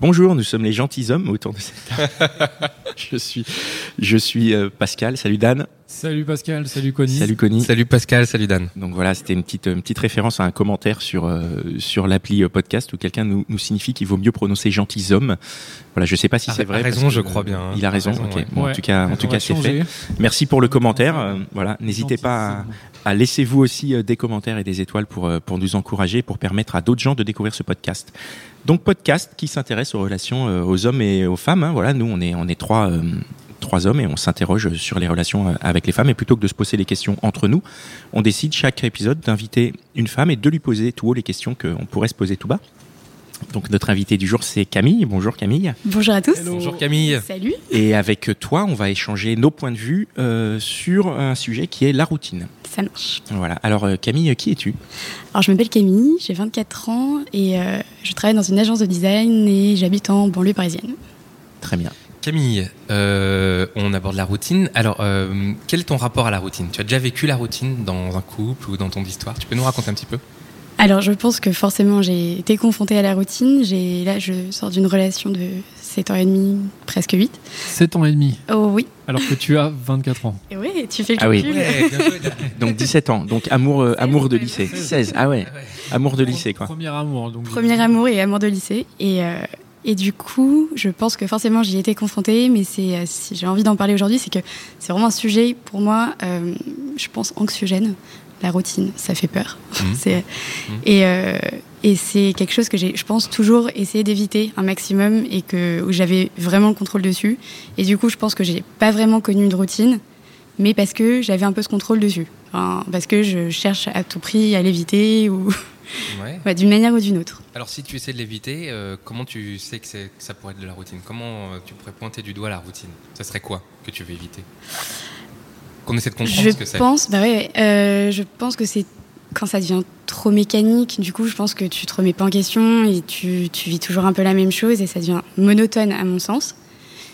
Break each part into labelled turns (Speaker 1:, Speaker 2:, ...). Speaker 1: Bonjour, nous sommes les gentilshommes autour de cette table. je suis, je suis euh, Pascal. Salut Dan.
Speaker 2: Salut Pascal, salut Connie.
Speaker 1: Salut Connie.
Speaker 3: Salut Pascal, salut Dan.
Speaker 1: Donc voilà, c'était une petite, une petite référence à un commentaire sur, euh, sur l'appli euh, podcast où quelqu'un nous, nous signifie qu'il vaut mieux prononcer gentilshommes. Voilà, je sais pas si
Speaker 3: Ah,
Speaker 1: c'est vrai.
Speaker 3: a raison,
Speaker 1: parce que,
Speaker 3: je crois bien, hein.
Speaker 1: Il a raison.
Speaker 3: Raison,
Speaker 1: ok.
Speaker 3: ouais.
Speaker 1: Bon, en
Speaker 2: Ouais,
Speaker 1: tout cas, en
Speaker 2: on
Speaker 1: tout
Speaker 2: va
Speaker 1: cas, c'est
Speaker 2: changer.
Speaker 1: fait. Merci pour le commentaire. euh, voilà, n'hésitez pas
Speaker 2: Gentilshommes.
Speaker 1: à, à laisser vous Ah, aussi euh, des commentaires et des étoiles pour, euh, pour nous encourager, pour permettre à d'autres gens de découvrir ce podcast. Donc podcast qui s'intéresse aux relations euh, aux hommes et aux femmes. hein. Voilà, nous on est on est trois euh, trois hommes et on s'interroge sur les relations euh, avec les femmes. Et plutôt que de se poser les questions entre nous, on décide chaque épisode d'inviter une femme et de lui poser tout haut les questions qu'on pourrait se poser tout bas. Donc notre invité du jour c'est Camille. Bonjour Camille.
Speaker 4: Bonjour à tous.
Speaker 3: Bonjour Camille.
Speaker 4: Salut.
Speaker 1: Et avec toi on va échanger nos points de vue euh, sur un sujet qui est la routine.
Speaker 4: Ça marche.
Speaker 1: Voilà. Alors euh, Camille, qui es-tu
Speaker 4: Alors, je m'appelle Camille, j'ai 24 ans et euh, je travaille dans une agence de design et j'habite en banlieue parisienne.
Speaker 1: Très bien.
Speaker 3: Camille, euh, on aborde la routine. Alors, euh, quel est ton rapport à la routine Tu as déjà vécu la routine dans un couple ou dans ton histoire Tu peux nous raconter un petit peu
Speaker 4: Alors, je pense que forcément, j'ai été confrontée à la routine. J'ai Là, je sors d'une relation de 7 ans et demi, presque 8.
Speaker 2: 7 ans et demi,
Speaker 4: Oh oui.
Speaker 2: alors que tu as 24 ans.
Speaker 4: Et ouais, tu fais le
Speaker 1: Ah oui.
Speaker 4: calcul.
Speaker 3: bien joué, Dan.
Speaker 1: Donc 17 ans. Donc amour euh, amour de lycée. 16. Ah ouais. Amour de lycée quoi.
Speaker 2: Premier amour. Donc
Speaker 4: Premier amour et amour de lycée. Et, euh, et du coup, je pense que forcément j'y ai été confrontée, mais c'est, euh, si j'ai envie d'en parler aujourd'hui, c'est que c'est vraiment un sujet pour moi, euh, je pense, anxiogène. La routine, ça fait peur.
Speaker 3: Mhm.
Speaker 4: C'est-
Speaker 3: Mhm.
Speaker 4: Et, euh, et c'est quelque chose que j'ai, je pense, toujours essayé d'éviter un maximum et que, où j'avais vraiment le contrôle dessus. Et du coup, je pense que j'ai pas vraiment connu de routine, mais parce que j'avais un peu ce contrôle dessus. Enfin, parce que je cherche à tout prix à l'éviter ou
Speaker 3: Ouais.
Speaker 4: ouais, d'une manière ou d'une autre.
Speaker 3: Alors, si tu essaies de l'éviter, euh, comment tu sais que, c'est- que ça pourrait être de la routine Comment euh, tu pourrais pointer du doigt la routine Ça serait quoi que tu veux éviter Qu'on essaie de comprendre
Speaker 4: je
Speaker 3: ce que c'est.
Speaker 4: pense, bah ouais, ouais, euh, je pense que c'est quand ça devient trop mécanique. Du coup, je pense que tu te remets pas en question et tu, tu vis toujours un peu la même chose et ça devient monotone à mon sens.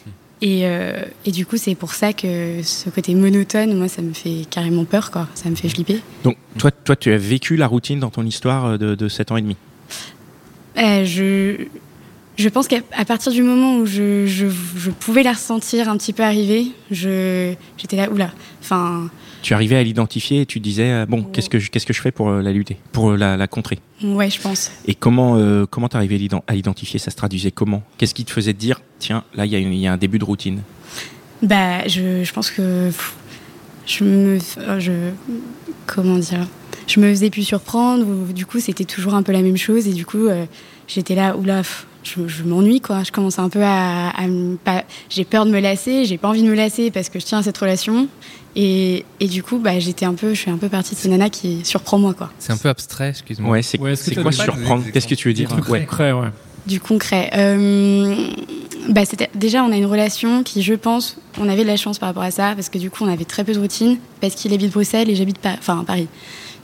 Speaker 3: Hmm.
Speaker 4: Et, euh, et du coup, c'est pour ça que ce côté monotone, moi, ça me fait carrément peur, quoi. Ça me fait flipper.
Speaker 1: Donc toi, toi, tu as vécu la routine dans ton histoire euh, de, de 7 ans et demi.
Speaker 4: Euh, je, je pense qu'à à partir du moment où je, je, je pouvais la ressentir un petit peu arriver, je- j'étais là, oula. Enfin,
Speaker 1: Tu arrivais à l'identifier et tu disais euh, bon,
Speaker 4: Ouais.
Speaker 1: qu'est-ce que je- qu'est-ce que je fais pour euh, la lutter, pour euh, la, la contrer.
Speaker 4: ouais, je pense.
Speaker 1: Et comment euh, comment t'arrivais à l'ident- à l'identifier Ça se traduisait comment Qu'est-ce qui te faisait te dire tiens là il y, a une- il y a un début de routine
Speaker 4: Bah, je, je pense que pff, je me, euh, je, comment dire, je me faisais plus surprendre. Ou, du coup, c'était toujours un peu la même chose et du coup, euh, j'étais là, oula, pff, je, je m'ennuie quoi. Je commence un peu à, à me- pas, j'ai peur de me lasser, j'ai pas envie de me lasser parce que je tiens à cette relation. Et, et du coup, bah, j'étais un peu, je suis un peu partie de ces nanas qui surprend moi quoi.
Speaker 3: C'est un peu abstrait, excuse-moi.
Speaker 1: Ouais, c'est
Speaker 2: Ouais, est-ce que
Speaker 1: c'est
Speaker 2: t'as
Speaker 1: quoi
Speaker 2: des-
Speaker 1: surprendre Qu'est-ce que tu veux
Speaker 2: Des
Speaker 1: dire
Speaker 2: trucs
Speaker 1: Ouais.
Speaker 2: concrets, ouais.
Speaker 4: Du concret. Euh, bah, c'était- déjà, on a une relation qui, je pense, on avait de la chance par rapport à ça, parce que du coup, on avait très peu de routine, parce qu'il habite Bruxelles et j'habite Par- enfin, Paris.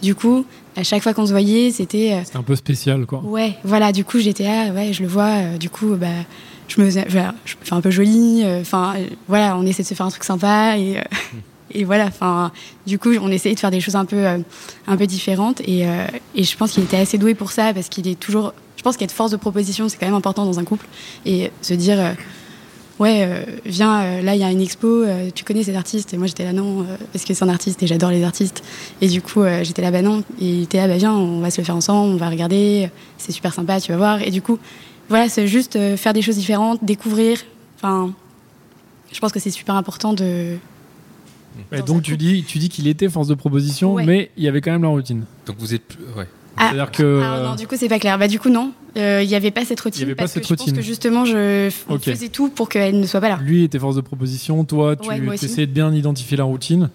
Speaker 4: Du coup, à chaque fois qu'on se voyait, c'était. euh,
Speaker 2: C'est un peu spécial, quoi.
Speaker 4: ouais, voilà, du coup, j'étais là, ouais, je le vois, euh, du coup, bah, je me faisais- voilà, je me fais un peu jolie, euh, enfin, euh, voilà, on essaie de se faire un truc sympa, et, euh, et voilà, enfin, du coup, on essayait de faire des choses un peu, euh, un peu différentes, et, euh, et je pense qu'il était assez doué pour ça, parce qu'il est toujours, je pense qu'être force de proposition, c'est quand même important dans un couple, et se dire, euh, ouais, euh, viens, euh, là, il y a une expo, euh, tu connais cet artiste, et moi, j'étais là, non, euh, parce que c'est un artiste, et j'adore les artistes, et du coup, euh, j'étais là, bah non, et il était là, bah viens, on va se le faire ensemble, on va regarder, c'est super sympa, tu vas voir. Et du coup, voilà, c'est juste euh, faire des choses différentes, découvrir. Enfin, je pense que c'est super important de.
Speaker 2: Ouais,
Speaker 4: Dans un
Speaker 2: donc tu
Speaker 4: couple.
Speaker 2: dis, tu dis qu'il était force de proposition,
Speaker 4: Ouais.
Speaker 2: mais il y avait quand même la routine.
Speaker 3: Donc vous êtes. plus- Ouais.
Speaker 4: Ah,
Speaker 2: C'est-à-dire que
Speaker 4: ah non, du coup, c'est pas clair. Bah, du coup, non, Euh, il n'y avait pas cette routine.
Speaker 2: Il Euh. y avait pas
Speaker 4: parce
Speaker 2: cette
Speaker 4: que Je
Speaker 2: routine.
Speaker 4: pense que justement, je on
Speaker 2: Ok.
Speaker 4: faisais tout pour qu'elle ne soit pas là.
Speaker 2: lui était force de proposition, toi, tu
Speaker 4: Ouais, moi aussi.
Speaker 2: essayais de bien identifier la routine.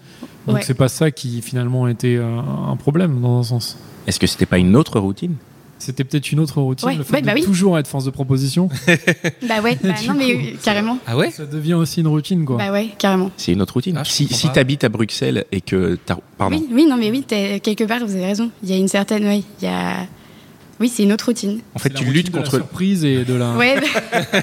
Speaker 2: Donc
Speaker 4: Ouais.
Speaker 2: c'est pas ça qui finalement était euh, un problème dans un sens.
Speaker 1: Est-ce que c'était pas une autre routine
Speaker 2: C'était peut-être une autre routine,
Speaker 4: Ouais,
Speaker 2: le fait
Speaker 4: ouais,
Speaker 2: de
Speaker 4: bah oui.
Speaker 2: toujours être force de proposition.
Speaker 4: Bah ouais, bah non, mais euh, carrément.
Speaker 3: Ah ouais
Speaker 2: ça devient aussi une routine, quoi.
Speaker 4: Bah ouais, carrément.
Speaker 1: C'est une autre routine.
Speaker 3: Ah, je
Speaker 1: si
Speaker 3: comprends
Speaker 1: si
Speaker 3: pas.
Speaker 1: t'habites à Bruxelles et que t'as- pardon,
Speaker 4: Oui, oui, non, mais oui, t'es- quelque part, vous avez raison. Il y a une certaine. Ouais, il y a. Oui, c'est une autre routine.
Speaker 1: en fait
Speaker 2: C'est la
Speaker 1: tu
Speaker 2: routine
Speaker 1: luttes
Speaker 2: de la
Speaker 1: contre.
Speaker 2: surprise et de la.
Speaker 4: Ouais, bah,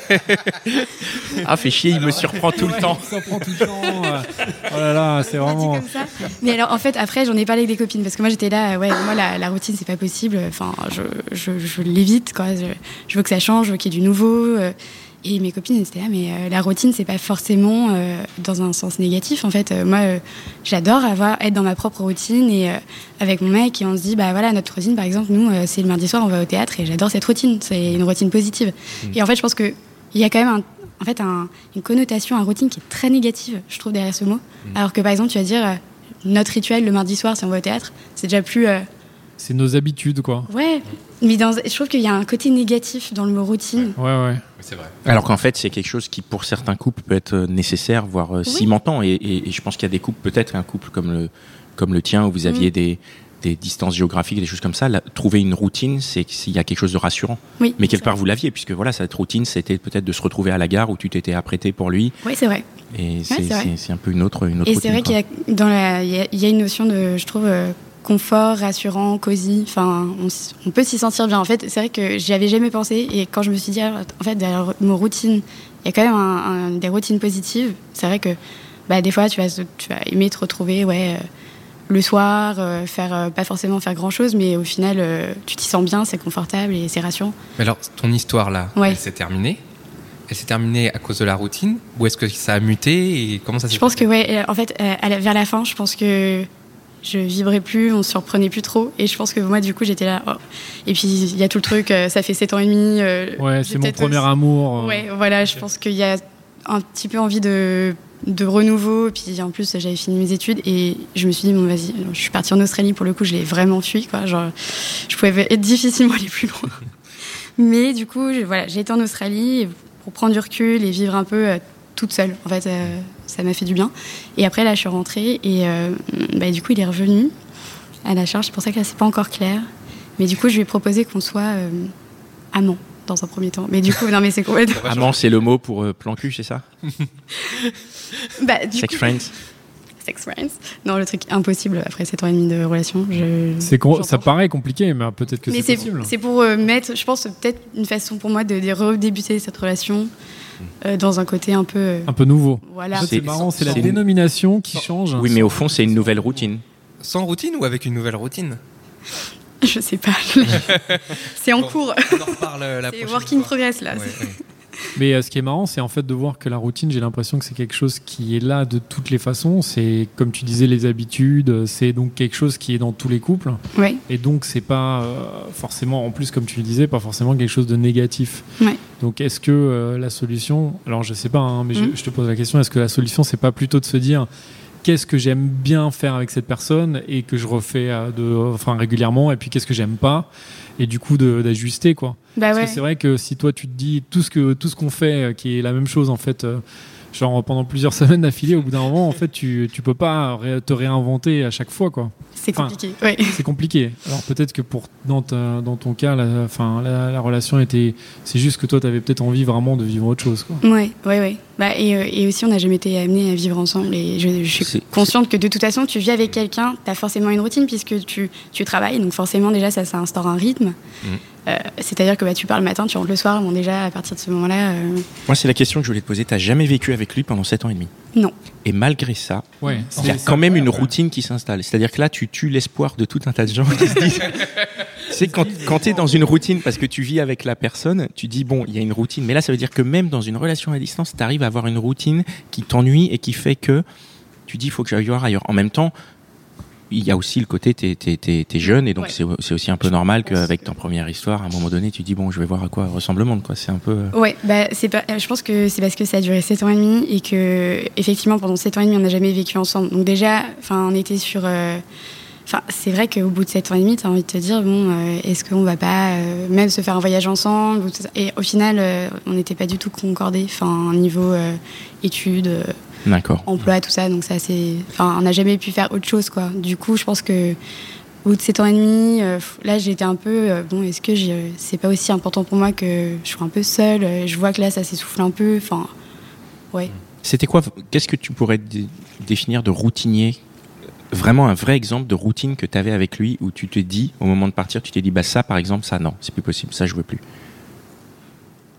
Speaker 1: Ah fait chier, il me surprend tout le temps.
Speaker 2: Ça prend tout le temps. euh, Oh là là, c'est
Speaker 4: on dit
Speaker 2: vraiment.
Speaker 4: comme ça. Mais alors, en fait, après, j'en ai parlé avec des copines parce que moi, j'étais là, euh, ouais, moi, la, la routine, c'est pas possible. Enfin, je, je, je l'évite, quoi. Je, je veux que ça change, je veux qu'il y ait du nouveau. euh. Et mes copines, elles étaient là, mais euh, la routine, c'est pas forcément euh, dans un sens négatif. En fait, Euh, moi, euh, j'adore avoir être dans ma propre routine et euh, avec mon mec, et on se dit, bah voilà, notre routine, par exemple, nous, euh, c'est le mardi soir, on va au théâtre, et j'adore cette routine. C'est une routine positive. Et en fait, je pense que il y a quand même un, en fait un- une connotation, un routine qui est très négative, je trouve, derrière ce mot.
Speaker 1: Mm.
Speaker 4: Alors que par exemple, tu vas dire euh, notre rituel le mardi soir si on va au théâtre, c'est déjà plus. euh,
Speaker 2: C'est nos habitudes, quoi.
Speaker 4: ouais, mais dans, je trouve qu'il y a un côté négatif dans le mot routine.
Speaker 2: Ouais, ouais.
Speaker 3: Mais C'est vrai.
Speaker 1: Alors qu'en fait, c'est quelque chose qui, pour certains couples, peut être euh, nécessaire, voire euh, cimentant. Et, et- et je pense qu'il y a des couples, peut-être un couple comme le, comme le tien, où vous
Speaker 4: Mm.
Speaker 1: aviez des, des distances géographiques, des choses comme ça. là, trouver une routine, c'est s'il y a quelque chose de rassurant.
Speaker 4: Oui,
Speaker 1: Mais quelque
Speaker 4: c'est vrai.
Speaker 1: part, vous l'aviez, puisque voilà, cette routine, c'était peut-être de se retrouver à la gare où tu t'étais apprêté pour lui.
Speaker 4: Ouais, c'est vrai.
Speaker 1: Et c'est-
Speaker 4: c'est vrai.
Speaker 1: c'est c'est un peu une autre, une autre
Speaker 4: Et c'est
Speaker 1: routine.
Speaker 4: vrai
Speaker 1: quoi.
Speaker 4: qu'il y a dans la, il y a- il y a une notion de, je trouve. euh, confort, rassurant, cosy, enfin, on, s- on peut s'y sentir bien. En fait, c'est vrai que j'y avais jamais pensé et quand je me suis dit, ah, en fait, derrière mon routine, il y a quand même un- un- des routines positives. C'est vrai que bah, des fois, tu vas, se- tu vas aimer te retrouver, ouais, euh, le soir, euh, faire euh, pas forcément faire grand chose, mais au final, euh, tu t'y sens bien, c'est confortable et c'est rassurant.
Speaker 3: Mais alors, ton histoire là,
Speaker 4: Ouais.
Speaker 3: elle s'est terminée Elle s'est terminée à cause de la routine Ou est-ce que ça a muté et comment ça s'est
Speaker 4: Je pense que
Speaker 3: passé
Speaker 4: ouais, euh, en fait, euh, à la- vers la fin, je pense que je vibrais plus, on se surprenait plus trop, et je pense que moi, du coup, j'étais là. oh. Et puis il y a tout le truc, euh, ça fait 7 ans et demi. euh,
Speaker 2: Ouais,
Speaker 4: j'ai
Speaker 2: c'est mon
Speaker 4: peut-être
Speaker 2: premier
Speaker 4: aussi-
Speaker 2: amour. euh,
Speaker 4: Ouais, voilà, je pense qu'il y a un petit peu envie de, de renouveau. Et puis en plus, j'avais fini mes études et je me suis dit, bon, vas-y, alors, je suis partie en Australie pour le coup, je l'ai vraiment fui, quoi. Genre, je pouvais être difficilement aller plus loin. Mais du coup, je- voilà, j'ai été en Australie pour prendre du recul et vivre un peu euh, toute seule. En fait, euh, ça m'a fait du bien. Et après, là, je suis rentrée et euh, bah, du coup, il est revenu à la charge. C'est pour ça que là, c'est pas encore clair. Mais du coup, je lui ai proposé qu'on soit euh, amants dans un premier temps. Mais du coup, non, mais c'est complètement.
Speaker 1: Amant, c'est le mot pour euh, plan cul, c'est ça
Speaker 4: Bah, du
Speaker 1: Sex
Speaker 4: coup-
Speaker 1: friends
Speaker 4: Sex friends. Non, le truc impossible après 7 ans et demi de relation. Je...
Speaker 2: C'est con- ça
Speaker 4: J'entends.
Speaker 2: paraît compliqué, mais ah, peut-être que
Speaker 4: Mais
Speaker 2: c'est
Speaker 4: c'est
Speaker 2: possible.
Speaker 4: c'est pour euh, mettre, je pense, peut-être une façon pour moi de, de redébuter cette relation euh, dans un côté un peu. euh,
Speaker 2: Un peu nouveau. En
Speaker 4: voilà.
Speaker 2: fait,
Speaker 1: C'est-
Speaker 2: C'est marrant, c'est la
Speaker 1: c'est une-
Speaker 2: dénomination qui change.
Speaker 1: Oui, mais au fond, c'est une nouvelle routine.
Speaker 3: Sans routine ou avec une nouvelle routine
Speaker 4: Je sais pas. c'est en
Speaker 3: Bon,
Speaker 4: cours.
Speaker 3: On en reparle euh, la
Speaker 4: C'est
Speaker 3: prochaine
Speaker 4: work in
Speaker 3: fois.
Speaker 4: progress là.
Speaker 3: Ouais, ouais.
Speaker 2: Mais euh, ce qui est marrant, c'est en fait de voir que la routine, j'ai l'impression que c'est quelque chose qui est là de toutes les façons. C'est comme tu disais, les habitudes. euh, C'est donc quelque chose qui est dans tous les couples.
Speaker 4: Ouais.
Speaker 2: Et donc c'est pas euh, forcément, en plus comme tu le disais, pas forcément quelque chose de négatif.
Speaker 4: Ouais.
Speaker 2: Donc est-ce que euh, la solution, alors je sais pas, hein, mais je-
Speaker 4: Mhm.
Speaker 2: je, te pose la question, est-ce que la solution c'est pas plutôt de se dire qu'est-ce que j'aime bien faire avec cette personne et que je refais euh, de, enfin régulièrement, et puis qu'est-ce que j'aime pas, et du coup de- d'ajuster quoi.
Speaker 4: Bah
Speaker 2: Parce
Speaker 4: ouais.
Speaker 2: que c'est vrai que si toi tu te dis tout ce que tout ce qu'on fait euh, qui est la même chose en fait euh, genre pendant plusieurs semaines d'affilée au bout d'un moment en fait tu tu peux pas ré- te réinventer à chaque fois quoi.
Speaker 4: C'est
Speaker 2: enfin,
Speaker 4: compliqué. Ouais.
Speaker 2: C'est compliqué. Alors peut-être que pour dans ta- dans ton cas la enfin la, la relation était c'est juste que toi tu avais peut-être envie vraiment de vivre autre chose quoi.
Speaker 4: Ouais, ouais, ouais. Bah, et, euh, et aussi, on n'a jamais été amenés à vivre ensemble. Et je,
Speaker 1: C'est-
Speaker 4: je suis consciente que de toute façon, tu vis avec quelqu'un, tu as forcément une routine puisque tu, tu travailles. Donc, forcément, déjà, ça, ça instaure un rythme.
Speaker 3: Mm.
Speaker 4: Euh, C'est-à-dire que bah, tu pars le matin, tu rentres le soir. Bon, déjà, à partir de ce moment-là, euh,
Speaker 1: Moi, c'est la question que je voulais te poser. T'as jamais vécu avec lui pendant 7 ans et demi
Speaker 4: non.
Speaker 1: Et malgré ça,
Speaker 2: Ouais,
Speaker 1: Il y a quand même une routine qui s'installe. C'est-à-dire que là, tu tues l'espoir de tout un tas de gens qui se disent. C'est quand, quand tu es dans une routine parce que tu vis avec la personne, tu dis bon, il y a une routine. Mais là, ça veut dire que même dans une relation à distance, tu arrives à avoir une routine qui t'ennuie et qui fait que tu dis il faut que j'aille voir ailleurs. En même temps, il y a aussi le côté t'es es, jeune et donc
Speaker 4: Ouais.
Speaker 1: c'est c'est aussi un peu normal
Speaker 4: pense
Speaker 1: qu'avec
Speaker 4: que-
Speaker 1: ton première histoire, à un moment donné, tu dis bon, je vais voir à quoi ressemble le monde. quoi. C'est un peu. euh,
Speaker 4: Ouais, bah, c'est pas, euh, je pense que c'est parce que ça a duré 7 ans et demi et que, effectivement, pendant 7 ans et demi, on n'a jamais vécu ensemble. Donc, déjà, enfin, on était sur. euh, Enfin, c'est vrai qu'au bout de 7 ans et demi, tu as envie de te dire, bon, euh, est-ce qu'on va pas euh, même se faire un voyage ensemble ou tout ça Et au final, euh, on n'était pas du tout concordés, enfin, niveau euh, études, euh,
Speaker 1: D'accord.
Speaker 4: emploi, tout ça. Donc, ça, c'est. Enfin, on n'a jamais pu faire autre chose, quoi. Du coup, je pense que au bout de 7 ans et demi, euh, là j'étais un peu, euh, bon, est-ce que j'ai- c'est pas aussi important pour moi que je sois un peu seule euh, Je vois que là ça s'essouffle un peu, enfin, ouais.
Speaker 1: C'était quoi Qu'est-ce que tu pourrais dé- définir de routinier Vraiment un vrai exemple de routine que tu avais avec lui où tu te dis, au moment de partir, tu t'es dit, bah ça par exemple, ça non, c'est plus possible, ça je veux plus.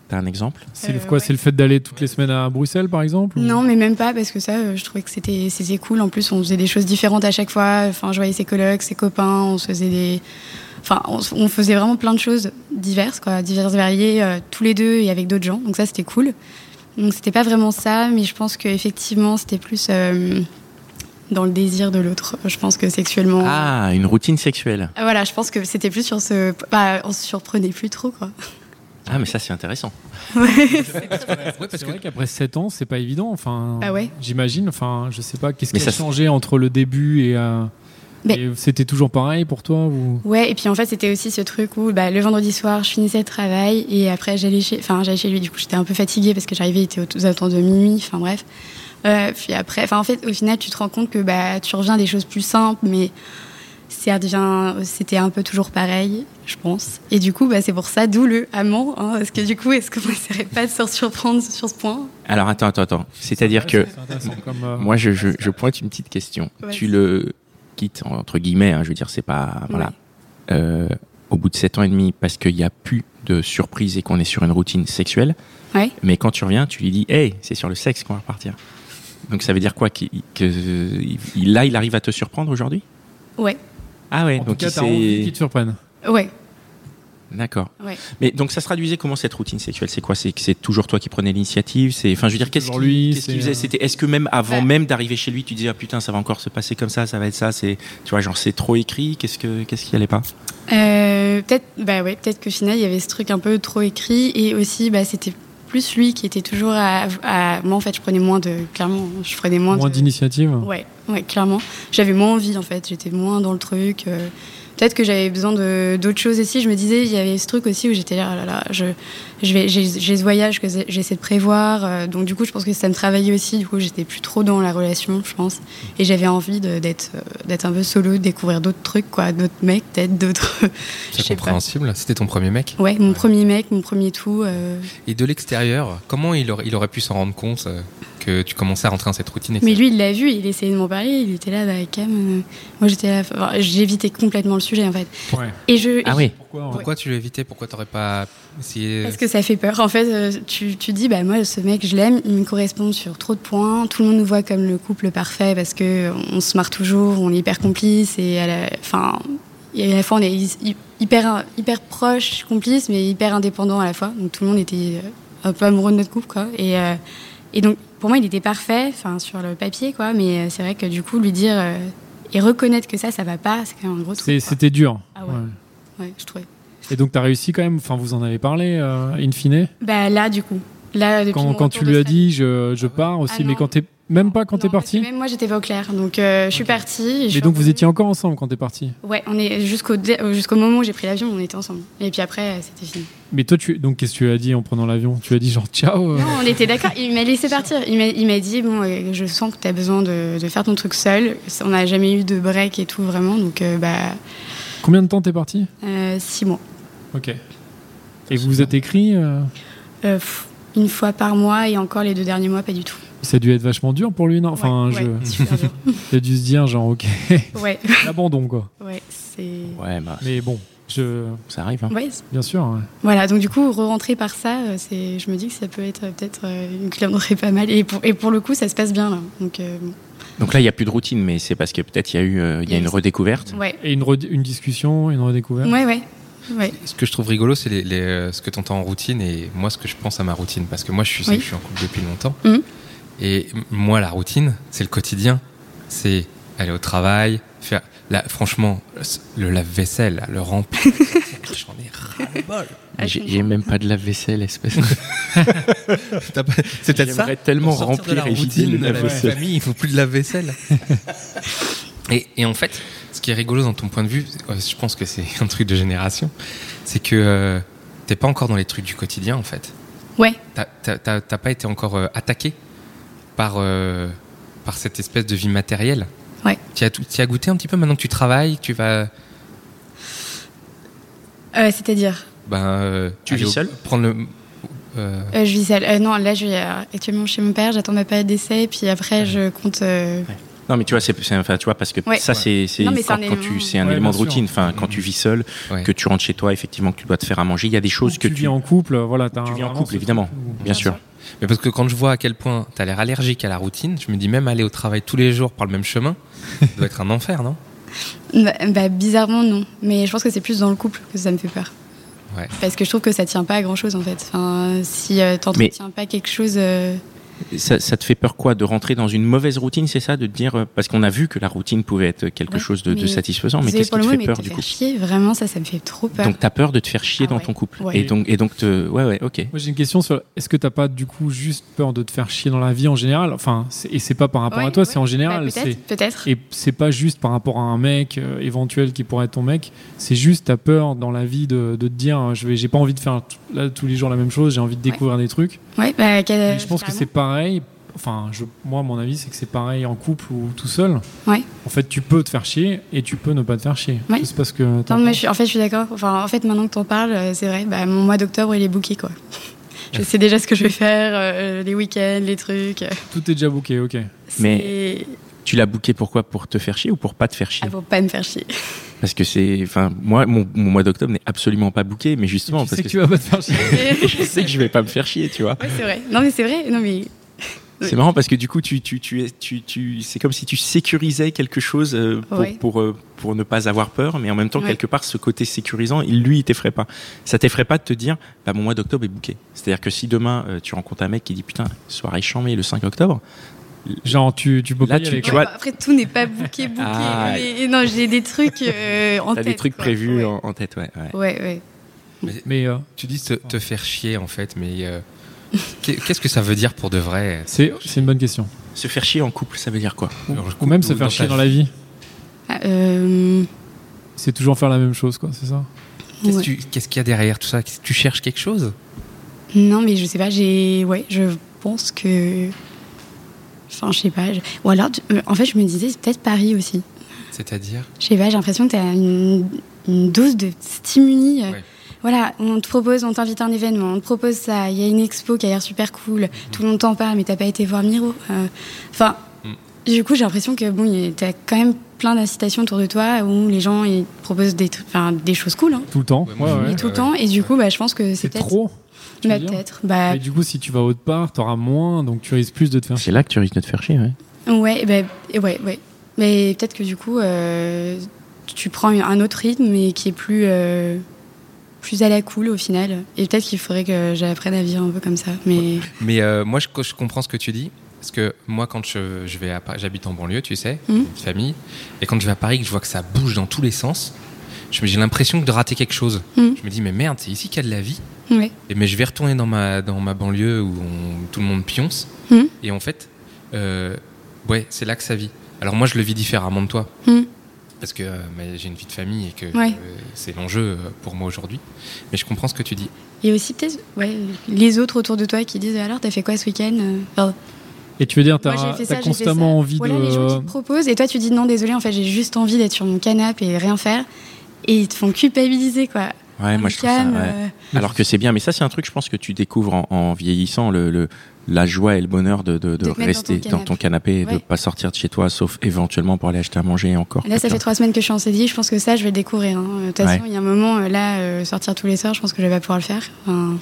Speaker 1: T'as un exemple
Speaker 2: C'est le-
Speaker 4: Euh,
Speaker 2: quoi
Speaker 4: ouais.
Speaker 2: C'est le fait d'aller toutes les semaines à Bruxelles, par exemple ou-
Speaker 4: Non, mais même pas, parce que ça, euh, je trouvais que c'était c'était cool. En plus, on faisait des choses différentes à chaque fois. Enfin, je voyais ses colocs, ses copains, on se faisait des. Enfin, on, se- on faisait vraiment plein de choses diverses, quoi, diverses, variées, euh, tous les deux et avec d'autres gens. Donc, ça, c'était cool. Donc, c'était pas vraiment ça, mais je pense qu'effectivement, c'était plus euh, dans le désir de l'autre. Je pense que sexuellement.
Speaker 1: Ah, une routine sexuelle.
Speaker 4: Voilà, je pense que c'était plus sur ce. Bah, on se surprenait plus trop, quoi.
Speaker 1: Ah, mais ça c'est intéressant.
Speaker 3: Ouais, parce
Speaker 2: C'est
Speaker 3: que
Speaker 2: vrai qu'après 7 ans, c'est pas évident. Enfin,
Speaker 4: Ah ouais
Speaker 2: J'imagine. Enfin, je sais pas. Qu'est-ce
Speaker 1: Mais
Speaker 2: qui a
Speaker 1: ça se-
Speaker 2: changé entre le début et. euh,
Speaker 4: Mais-
Speaker 2: et C'était toujours pareil pour toi ou...
Speaker 4: Ouais, et puis en fait, c'était aussi ce truc où bah, le vendredi soir, je finissais le travail et après, j'allais chez, enfin, j'allais chez lui. Du coup, j'étais un peu fatiguée parce que j'arrivais, il était aux alentours de minuit, enfin bref. Euh, puis après, enfin, en fait, au final, tu te rends compte que bah, tu reviens à des choses plus simples, mais ça devient, c'était un peu toujours pareil, je pense. Et du coup, bah, c'est pour ça, d'où le amant. Hein, parce que du coup, est-ce qu'on n'essaierait pas de se surprendre sur ce point
Speaker 1: Alors attends, attends, attends. C'est-à-dire que
Speaker 2: C'est intéressant comme, euh,
Speaker 1: moi je, je, je pointe une petite question.
Speaker 4: Vas-y.
Speaker 1: Tu le quittes, entre guillemets, hein, je veux dire, c'est pas. Voilà. Euh, au bout de 7 ans et demi, parce qu'il n'y a plus de surprise et qu'on est sur une routine sexuelle.
Speaker 4: Ouais.
Speaker 1: Mais quand tu reviens, tu lui dis, hey, c'est sur le sexe qu'on va repartir. Donc ça veut dire quoi qu'il- que, euh, il- Là, il arrive à te surprendre aujourd'hui
Speaker 4: Ouais.
Speaker 1: Ah ouais,
Speaker 2: En
Speaker 1: donc
Speaker 2: tout cas,
Speaker 1: il
Speaker 2: t'as envie
Speaker 1: s'est...
Speaker 2: qu'ils te surprennent.
Speaker 4: Ouais.
Speaker 1: D'accord.
Speaker 4: Ouais.
Speaker 1: Mais donc ça se traduisait comment cette routine sexuelle C'est quoi C'est que c'est toujours toi qui prenais l'initiative C'est, enfin, je veux dire, qu'est-ce
Speaker 2: toujours
Speaker 1: qu'il
Speaker 2: lui,
Speaker 1: qu'est-ce qu'il
Speaker 2: c'est,
Speaker 1: faisait
Speaker 2: euh,
Speaker 1: C'était, est-ce que même avant
Speaker 4: Bah.
Speaker 1: même d'arriver chez lui, tu disais ah putain, ça va encore se passer comme ça, ça va être ça C'est, tu vois, genre c'est trop écrit. Qu'est-ce que, qu'est-ce qui allait pas
Speaker 4: Euh, peut-être bah ouais, peut-être que final il y avait ce truc un peu trop écrit et aussi bah c'était plus lui qui était toujours à, à- moi en fait je prenais moins de clairement je prenais moins,
Speaker 2: Moins
Speaker 4: de-
Speaker 2: d'initiative.
Speaker 4: ouais ouais clairement j'avais moins envie en fait j'étais moins dans le truc euh, peut-être que j'avais besoin de d'autres choses aussi je me disais il y avait ce truc aussi où j'étais là ah là là je je vais j'ai j'ai ce voyage que j'essaie de prévoir euh, donc du coup je pense que ça me travaillait aussi du coup j'étais plus trop dans la relation je pense et j'avais envie de- d'être euh, d'être un peu solo de découvrir d'autres trucs quoi d'autres mecs peut-être d'autres je
Speaker 3: c'est
Speaker 4: sais pas.
Speaker 3: compréhensible. C'était ton premier mec.
Speaker 4: Ouais, mon premier mec, mon premier tout. euh,
Speaker 3: Et de l'extérieur, comment il aurait, il aurait pu s'en rendre compte euh, que tu commençais à rentrer dans cette routine et que
Speaker 4: Mais
Speaker 3: ça-
Speaker 4: lui, il l'a vu, il essayait de m'en parler, il était là, bah, Cam. euh, Moi, j'étais là. enfin, J'évitais complètement le sujet, en fait.
Speaker 2: Ouais.
Speaker 4: Et je.
Speaker 1: Ah oui.
Speaker 2: Pourquoi en fait
Speaker 3: Pourquoi tu l'as évité Pourquoi t'aurais pas essayé
Speaker 4: Parce que ça fait peur. En fait, euh, tu, tu dis, bah, moi, ce mec, je l'aime, il me correspond sur trop de points. Tout le monde nous voit comme le couple parfait parce que on se marre toujours, on est hyper complice et à la, enfin, et à la fois, on est hy- hyper, hyper proche, complice, mais hyper indépendant à la fois. Donc, tout le monde était euh, un peu amoureux de notre couple, quoi. Et, euh, et donc, pour moi, il était parfait, enfin, sur le papier, quoi. Mais euh, c'est vrai que du coup, lui dire euh, et reconnaître que ça, ça va pas, c'est quand même un gros
Speaker 2: C'est-
Speaker 4: truc. quoi.
Speaker 2: C'était dur.
Speaker 4: Ah ouais. Ouais, je trouvais.
Speaker 2: Et donc, t'as réussi quand même. Enfin, vous en avez parlé, euh, in fine.
Speaker 4: Bah, là, du coup. Là, depuis
Speaker 2: Quand,
Speaker 4: mon
Speaker 2: quand
Speaker 4: retour
Speaker 2: tu
Speaker 4: de
Speaker 2: lui as
Speaker 4: Australie.
Speaker 2: dit, je, je pars aussi,
Speaker 4: Ah
Speaker 2: mais
Speaker 4: non.
Speaker 2: quand t'es. Même pas quand
Speaker 4: Non,
Speaker 2: t'es
Speaker 4: parce que
Speaker 2: parti
Speaker 4: Même moi, j'étais pas au clair. Donc, euh, je suis partie. et je suis
Speaker 2: Mais donc,
Speaker 4: revenue.
Speaker 2: vous étiez encore ensemble quand t'es parti
Speaker 4: Ouais, on est jusqu'au dé- euh, jusqu'au moment où j'ai pris l'avion, on était ensemble. Et puis après, euh, c'était fini.
Speaker 2: Mais toi, tu. Donc, qu'est-ce que tu as dit en prenant l'avion Tu as dit genre, ciao euh,
Speaker 4: Non, on était d'accord. Il m'a laissé partir. Il m'a- il m'a dit Bon, euh, je sens que t'as besoin de, de faire ton truc seul. On n'a jamais eu de break et tout, vraiment. Donc, euh, bah,
Speaker 2: Combien de temps t'es parti
Speaker 4: euh, six mois.
Speaker 2: Ok. Et vous vous êtes écrit euh,
Speaker 4: Euh, pff, une fois par mois et encore les deux derniers mois, pas du tout.
Speaker 2: Ça a dû être vachement dur pour lui, non Enfin,
Speaker 4: ouais,
Speaker 2: je.
Speaker 4: ouais, super dur.
Speaker 2: Il a dû se dire, genre, ok,
Speaker 4: Ouais,
Speaker 2: l'abandon, quoi.
Speaker 4: ouais, c'est.
Speaker 1: Ouais, bah
Speaker 2: Mais bon, je.
Speaker 1: ça arrive. hein.
Speaker 4: Ouais, c'est-
Speaker 2: Bien sûr. ouais.
Speaker 4: Voilà, donc du coup, re-rentrer par ça, euh, c'est, je me dis que ça peut être euh, peut-être euh, une clamourerie pas mal. Et pour, et pour le coup, ça se passe bien là. Donc, euh, bon.
Speaker 1: Donc là, il y a plus de routine, mais c'est parce que peut-être il y a eu, euh, il y a une redécouverte.
Speaker 4: ouais.
Speaker 2: Et une, redi- une discussion, une redécouverte.
Speaker 4: ouais, ouais, ouais.
Speaker 3: Ce que je trouve rigolo, c'est les- les, euh, ce que t'entends en routine et moi ce que je pense à ma routine. Parce que moi, je suis,
Speaker 4: Oui.
Speaker 3: je suis en couple depuis longtemps.
Speaker 4: Mhm.
Speaker 3: Et m- moi, la routine, c'est le quotidien. C'est aller au travail, faire. Là, franchement, le lave-vaisselle, là, le remplir, j'en ai ras-le-bol.
Speaker 4: Ah, je
Speaker 1: J'ai
Speaker 4: comprends.
Speaker 1: j'ai même pas de lave-vaisselle, espèce. de-
Speaker 3: T'as pas- C'est peut-être ça.
Speaker 1: J'aimerais tellement
Speaker 3: Pour sortir de
Speaker 1: remplir
Speaker 3: la
Speaker 1: et vider
Speaker 3: routine
Speaker 1: le
Speaker 3: de la
Speaker 1: lave-vaisselle.
Speaker 3: famille, il faut plus de la vaisselle. et, et en fait, ce qui est rigolo dans ton point de vue, euh, je pense que c'est un truc de génération, c'est que euh, t'es pas encore dans les trucs du quotidien en fait.
Speaker 4: Ouais,
Speaker 3: T'as- T'as t'as- t'as pas été encore euh, attaqué par, euh, par cette espèce de vie matérielle.
Speaker 4: Ouais.
Speaker 3: Tu as, tout- t'y as goûté un petit peu maintenant que tu travailles, que tu vas
Speaker 4: Euh, C'est-à-dire
Speaker 3: Ben, euh,
Speaker 1: Tu
Speaker 3: aller
Speaker 1: vis
Speaker 3: au-
Speaker 1: seul
Speaker 3: Prendre le. euh,
Speaker 4: Euh, Je vis seule. Euh, non, là, je suis euh, actuellement chez mon père, j'attends ma période d'essai, puis après, je compte. euh,
Speaker 1: Non, mais tu vois, c'est, c'est- enfin, tu vois, parce que
Speaker 4: Ouais.
Speaker 1: ça, c'est, c'est,
Speaker 4: Non, mais c'est
Speaker 1: quand,
Speaker 4: un
Speaker 1: quand
Speaker 4: élément.
Speaker 1: tu, c'est un
Speaker 2: Ouais,
Speaker 1: élément de
Speaker 2: bien sûr.
Speaker 1: routine. Enfin, quand tu vis seul,
Speaker 3: Ouais.
Speaker 1: que tu rentres chez toi, effectivement, que tu dois te faire à manger, il y a des choses
Speaker 2: Ou
Speaker 1: que
Speaker 2: tu vis en couple, voilà. t'as
Speaker 1: tu
Speaker 2: un-
Speaker 1: vis en
Speaker 2: vraiment
Speaker 1: couple,
Speaker 2: ce
Speaker 1: évidemment.
Speaker 2: truc où-
Speaker 1: Bien sûr.
Speaker 3: Mais parce que quand je vois à quel point t'as l'air allergique à la routine, je me dis même aller au travail tous les jours par le même chemin, ça doit être un enfer, non
Speaker 4: Bah, bah, bizarrement, non. Mais je pense que c'est plus dans le couple que ça me fait peur.
Speaker 3: Ouais.
Speaker 4: Parce que je trouve que ça tient pas à grand chose, en fait. Enfin, si euh, t'entretiens pas quelque chose. euh,
Speaker 1: Ça, ça te fait peur quoi De rentrer dans une mauvaise routine, c'est ça De te dire. euh, Parce qu'on a vu que la routine pouvait être quelque
Speaker 4: Ouais,
Speaker 1: chose de, de
Speaker 4: mais-
Speaker 1: satisfaisant, mais
Speaker 4: désolée
Speaker 1: qu'est-ce
Speaker 4: pour
Speaker 1: qui te
Speaker 4: le mot,
Speaker 1: fait
Speaker 4: mais
Speaker 1: peur
Speaker 4: te
Speaker 1: du
Speaker 4: faire
Speaker 1: coup
Speaker 4: chier, vraiment, ça, ça me fait trop peur.
Speaker 1: Donc, t'as peur de te faire chier
Speaker 4: Ah
Speaker 1: dans
Speaker 4: ouais.
Speaker 1: ton couple.
Speaker 4: Ouais.
Speaker 1: Et donc, et donc te... ouais, ouais, ok.
Speaker 2: Moi j'ai une question sur est-ce que t'as pas du coup juste peur de te faire chier dans la vie en général Enfin, c'est- et c'est pas par rapport
Speaker 4: Ouais,
Speaker 2: à toi,
Speaker 4: ouais.
Speaker 2: c'est en général.
Speaker 4: Bah,
Speaker 2: c'est
Speaker 4: peut-être, peut-être.
Speaker 2: et c'est pas juste par rapport à un mec euh, éventuel qui pourrait être ton mec. C'est juste t'as peur dans la vie de, de te dire euh, je vais j'ai pas envie de faire t- là, tous les jours la même chose. J'ai envie de découvrir des trucs.
Speaker 4: Ouais, bah, qu'elle-
Speaker 2: Mais je pense que c'est pareil. Enfin, je, moi mon avis c'est que c'est pareil en couple ou tout seul.
Speaker 4: Ouais.
Speaker 2: En fait, tu peux te faire chier et tu peux ne pas te faire chier.
Speaker 4: Ouais.
Speaker 2: Je sais pas ce que. t'en
Speaker 4: Non, mais
Speaker 2: penses.
Speaker 4: je suis- en fait, je suis d'accord. Enfin, en fait, maintenant que t'en parles, euh, c'est vrai. Bah, mon mois d'octobre, il est booké, quoi. je sais déjà ce que je vais faire, euh, les week-ends, les trucs. euh,
Speaker 2: Tout est déjà booké, ok.
Speaker 1: Mais-
Speaker 4: c'est-
Speaker 1: Tu l'as booké pourquoi Pour te faire chier ou pour pas te faire
Speaker 4: Ah,
Speaker 1: chier
Speaker 4: faut pas me faire chier.
Speaker 1: Parce que c'est, enfin, moi, mon, mon mois d'octobre n'est absolument pas booké, mais justement
Speaker 2: tu
Speaker 1: parce
Speaker 2: sais
Speaker 1: que,
Speaker 2: que tu vas pas te faire chier.
Speaker 1: je sais que je vais pas me faire chier, tu vois.
Speaker 4: Ouais, c'est vrai. Non, mais c'est vrai. Non, mais
Speaker 1: C'est marrant parce que du coup, tu, tu, tu, es- tu, tu, c'est comme si tu sécurisais quelque chose euh, pour,
Speaker 4: Ouais.
Speaker 1: pour, euh, pour ne pas avoir peur, mais en même temps,
Speaker 4: Ouais.
Speaker 1: quelque part, ce côté sécurisant, il, lui, il t'effraie pas. Ça t'effraie pas de te dire, bah, mon mois d'octobre est bouqué. C'est-à-dire que si demain, euh, tu rencontres un mec qui dit, putain, soirée mais le 5 octobre,
Speaker 2: Genre, tu, tu peux
Speaker 1: Là,
Speaker 2: pas y aller,
Speaker 1: tu
Speaker 2: quoi.
Speaker 1: vois-
Speaker 4: Ouais, bah, après, tout n'est pas booké, booké.
Speaker 1: Ah.
Speaker 4: Mais- non, j'ai des trucs euh, en
Speaker 1: t'as
Speaker 4: tête.
Speaker 1: des trucs
Speaker 4: quoi.
Speaker 1: prévus
Speaker 4: Ouais.
Speaker 1: en, en tête, ouais. ouais.
Speaker 4: Ouais, ouais.
Speaker 2: Mais euh,
Speaker 3: Tu dis te, te faire chier en fait, mais euh, qu'est- qu'est-ce que ça veut dire pour de vrai
Speaker 2: c'est c'est une bonne question.
Speaker 1: Se faire chier en couple, ça veut dire quoi
Speaker 2: Ou,
Speaker 3: Alors, je
Speaker 2: ou
Speaker 3: coupe
Speaker 2: même
Speaker 3: tout
Speaker 2: se faire
Speaker 3: dans
Speaker 2: chier
Speaker 3: ta
Speaker 2: dans la vie.
Speaker 4: Ah, euh,
Speaker 2: C'est toujours faire la même chose, quoi, c'est ça
Speaker 3: Qu'est-ce
Speaker 4: ouais.
Speaker 3: tu- qu'est-ce qu'il y a derrière tout ça Qu'est-ce- Tu cherches quelque chose
Speaker 4: Non, mais je sais pas. J'ai. Ouais, je pense que. Enfin, je sais pas. je- Ou alors, tu- euh, en fait, je me disais, c'est peut-être Paris aussi.
Speaker 3: C'est-à-dire
Speaker 4: Je sais pas, j'ai l'impression que t'as une, une dose de stimuli. euh,
Speaker 3: Ouais.
Speaker 4: Voilà, on te propose, on t'invite à un événement, on te propose ça, il y a une expo qui a l'air super cool, tout le monde t'en parle, mais t'as pas été voir Miro. Euh, Enfin,
Speaker 3: Mhm.
Speaker 4: du coup, j'ai l'impression que bon, il y a- t'as quand même plein d'incitations autour de toi où les gens ils te proposent des, trucs- enfin, des choses cool, hein,
Speaker 2: Tout le temps.
Speaker 3: Ouais,
Speaker 2: Ouais,
Speaker 3: moi, je-
Speaker 2: ouais.
Speaker 4: et tout le temps, et du coup, bah, je pense que c'est
Speaker 2: C'est
Speaker 4: peut-être.
Speaker 2: trop. tu
Speaker 4: Bah,
Speaker 2: veux dire
Speaker 4: peut-être. Bah,
Speaker 2: Mais du coup, si tu vas autre part, t'auras moins, donc tu risques plus de te faire chier.
Speaker 1: C'est là que tu risques de te faire chier, ouais.
Speaker 4: ouais, bah, ouais, ouais. Mais peut-être que du coup, euh, tu prends un autre rythme et qui est plus, euh, plus à la cool au final. Et peut-être qu'il faudrait que j'apprenne à vivre un peu comme ça. Mais
Speaker 3: Mais euh, moi, je, co- je comprends ce que tu dis. Parce que moi, quand je, je vais à Paris- j'habite en banlieue, tu sais,
Speaker 4: Mhm.
Speaker 3: une petite famille, et quand je vais à Paris, que je vois que ça bouge dans tous les sens, je me- j'ai l'impression de rater quelque chose.
Speaker 4: Mhm.
Speaker 3: Je me dis, mais merde, c'est ici qu'il y a de la vie.
Speaker 4: ouais.
Speaker 3: Et mais je vais retourner dans ma, dans ma banlieue où on- tout le monde pionce.
Speaker 4: Mhm.
Speaker 3: Et en fait, euh, ouais, c'est là que ça vit. Alors moi, je le vis différemment de toi.
Speaker 4: Mhm.
Speaker 3: Parce que euh, mais j'ai une vie de famille et que
Speaker 4: Ouais.
Speaker 3: euh, c'est l'enjeu euh, pour moi aujourd'hui. Mais je comprends ce que tu dis.
Speaker 4: Et aussi peut-être ouais, les autres autour de toi qui disent alors t'as fait quoi ce week-end Enfin,
Speaker 2: Et tu veux dire,
Speaker 4: moi,
Speaker 2: t'as
Speaker 4: j'ai fait
Speaker 2: t'as
Speaker 4: ça, j'ai fait
Speaker 2: constamment
Speaker 4: ça.
Speaker 2: envie
Speaker 4: voilà, les gens qui
Speaker 2: de.
Speaker 4: te proposent et toi tu dis non désolé en fait j'ai juste envie d'être sur mon canapé et rien faire et ils te font culpabiliser quoi.
Speaker 1: Ouais, moi je trouve ça.
Speaker 4: Calme,
Speaker 1: ouais.
Speaker 4: euh,
Speaker 1: Alors que c'est bien, mais ça c'est un truc, je pense que tu découvres en, en vieillissant le, le- la joie et le bonheur de, de, de
Speaker 4: De te mettre
Speaker 1: rester dans
Speaker 4: dans
Speaker 1: ton,
Speaker 4: ton
Speaker 1: canapé et de
Speaker 4: Ouais.
Speaker 1: pas sortir de chez toi, sauf éventuellement pour aller acheter à manger encore.
Speaker 4: Là, ça
Speaker 1: quelqu'un.
Speaker 4: fait trois semaines que je suis en CDI, je pense que ça, je vais le découvrir. hein. De toute
Speaker 1: Ouais.
Speaker 4: façon, il y a un moment, euh, là, euh, sortir tous les soirs, je pense que je vais pas pouvoir le faire. Enfin,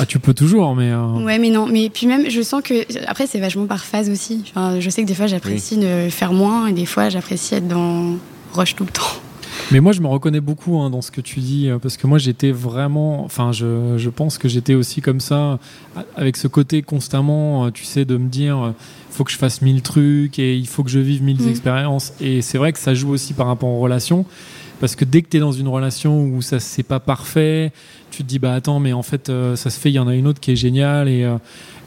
Speaker 2: Ah, tu peux toujours, mais. euh,
Speaker 4: Ouais, mais non. Mais puis même, je sens que. Après, c'est vachement par phase aussi. Enfin, je sais que des fois, j'apprécie de faire moins et des fois, j'apprécie être dans rush tout le temps.
Speaker 2: Mais moi, je me reconnais beaucoup hein, dans ce que tu dis, euh, parce que moi, j'étais vraiment. Enfin, je, je pense que j'étais aussi comme ça, a- avec ce côté constamment, euh, tu sais, de me dire, euh, faut que je fasse mille trucs et il faut que je vive mille
Speaker 4: Mhm.
Speaker 2: expériences. Et c'est vrai que ça joue aussi par rapport aux relations, parce que dès que tu es dans une relation où ça c'est pas parfait, tu te dis bah attends mais en fait euh, ça se fait il y en a une autre qui est géniale et, euh,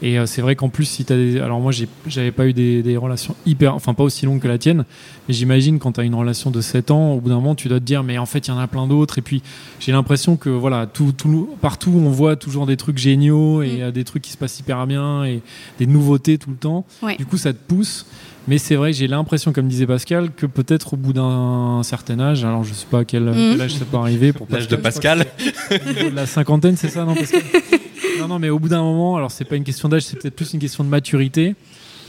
Speaker 2: et euh, c'est vrai qu'en plus si t'as des alors moi j'ai- j'avais pas eu des, des relations hyper enfin pas aussi longues que la tienne mais j'imagine quand t'as une relation de 7 ans au bout d'un moment tu dois te dire mais en fait il y en a plein d'autres et puis j'ai l'impression que voilà tout, tout partout on voit toujours des trucs géniaux et
Speaker 4: Mm.
Speaker 2: euh, des trucs qui se passent hyper bien et des nouveautés tout le temps
Speaker 4: Ouais.
Speaker 2: du coup ça te pousse mais c'est vrai que j'ai l'impression, comme disait Pascal, que peut-être au bout d'un certain âge, alors je sais pas à quel,
Speaker 4: Mm.
Speaker 2: quel âge ça peut arriver. pour
Speaker 1: L'âge de
Speaker 2: je crois que
Speaker 1: Pascal.
Speaker 2: au niveau de la cinquantaine, c'est ça, non parce que- Non, non, mais au bout d'un moment, alors c'est pas une question d'âge, c'est peut-être plus une question de maturité.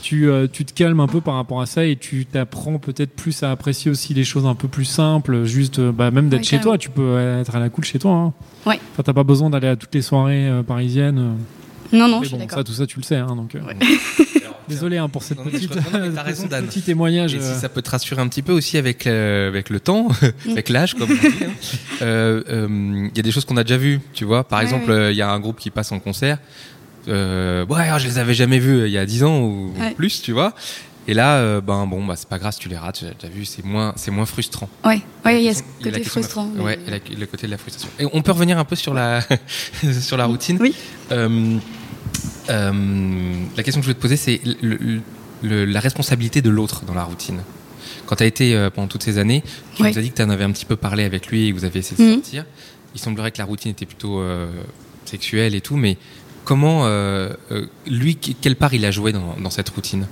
Speaker 2: Tu, euh, tu te calmes un peu par rapport à ça et tu t'apprends peut-être plus à apprécier aussi les choses un peu plus simples, juste euh, bah, même d'être
Speaker 4: Ouais,
Speaker 2: chez
Speaker 4: carrément.
Speaker 2: toi. Tu peux être à la cool chez toi. Hein.
Speaker 4: Ouais.
Speaker 2: Enfin, t'as pas besoin d'aller à toutes les soirées euh, parisiennes.
Speaker 4: Non, non,
Speaker 2: Mais
Speaker 4: je suis
Speaker 2: bon,
Speaker 4: d'accord.
Speaker 2: ça, tout ça, tu le sais. hein, donc, euh,
Speaker 4: Ouais.
Speaker 2: Désolé hein, pour cette
Speaker 3: Non, non, mais je
Speaker 2: petite,
Speaker 3: comprends, mais t'as raison,
Speaker 2: ce
Speaker 3: Dan.
Speaker 2: petit témoignage.
Speaker 3: Et
Speaker 2: euh,
Speaker 3: si ça peut te rassurer un petit peu aussi avec, euh, avec le temps, avec l'âge, comme on dit, hein. Euh, euh, il y a des choses qu'on a déjà vues, tu vois. Par
Speaker 4: Ouais,
Speaker 3: exemple,
Speaker 4: ouais.
Speaker 3: euh, il y a un groupe qui passe en concert. Euh, ouais, alors, je les avais jamais vus euh, il y a 10 ans ou
Speaker 4: Ouais.
Speaker 3: plus, tu vois. Et là, euh, ben bon, bah, c'est pas grave, si tu les rates, tu as vu, c'est moins, c'est moins frustrant.
Speaker 4: Ouais, ouais, il y a ce
Speaker 3: question- la
Speaker 4: côté
Speaker 3: question de la-
Speaker 4: frustrant. mais-
Speaker 3: Ouais, et la- le côté de la frustration. Et on peut revenir un peu sur la, sur la routine.
Speaker 4: Oui.
Speaker 3: Euh, euh, la question que je voulais te poser, c'est le- le- le- la responsabilité de l'autre dans la routine. Quand tu as été euh, pendant toutes ces années, tu
Speaker 4: Ouais.
Speaker 3: nous as dit que tu en avais un petit peu parlé avec lui et que vous avez essayé de
Speaker 4: Mhm.
Speaker 3: sortir. Il semblerait que la routine était plutôt euh, sexuelle et tout, mais comment, euh, euh, lui, que- quelle part il a joué dans, dans cette routine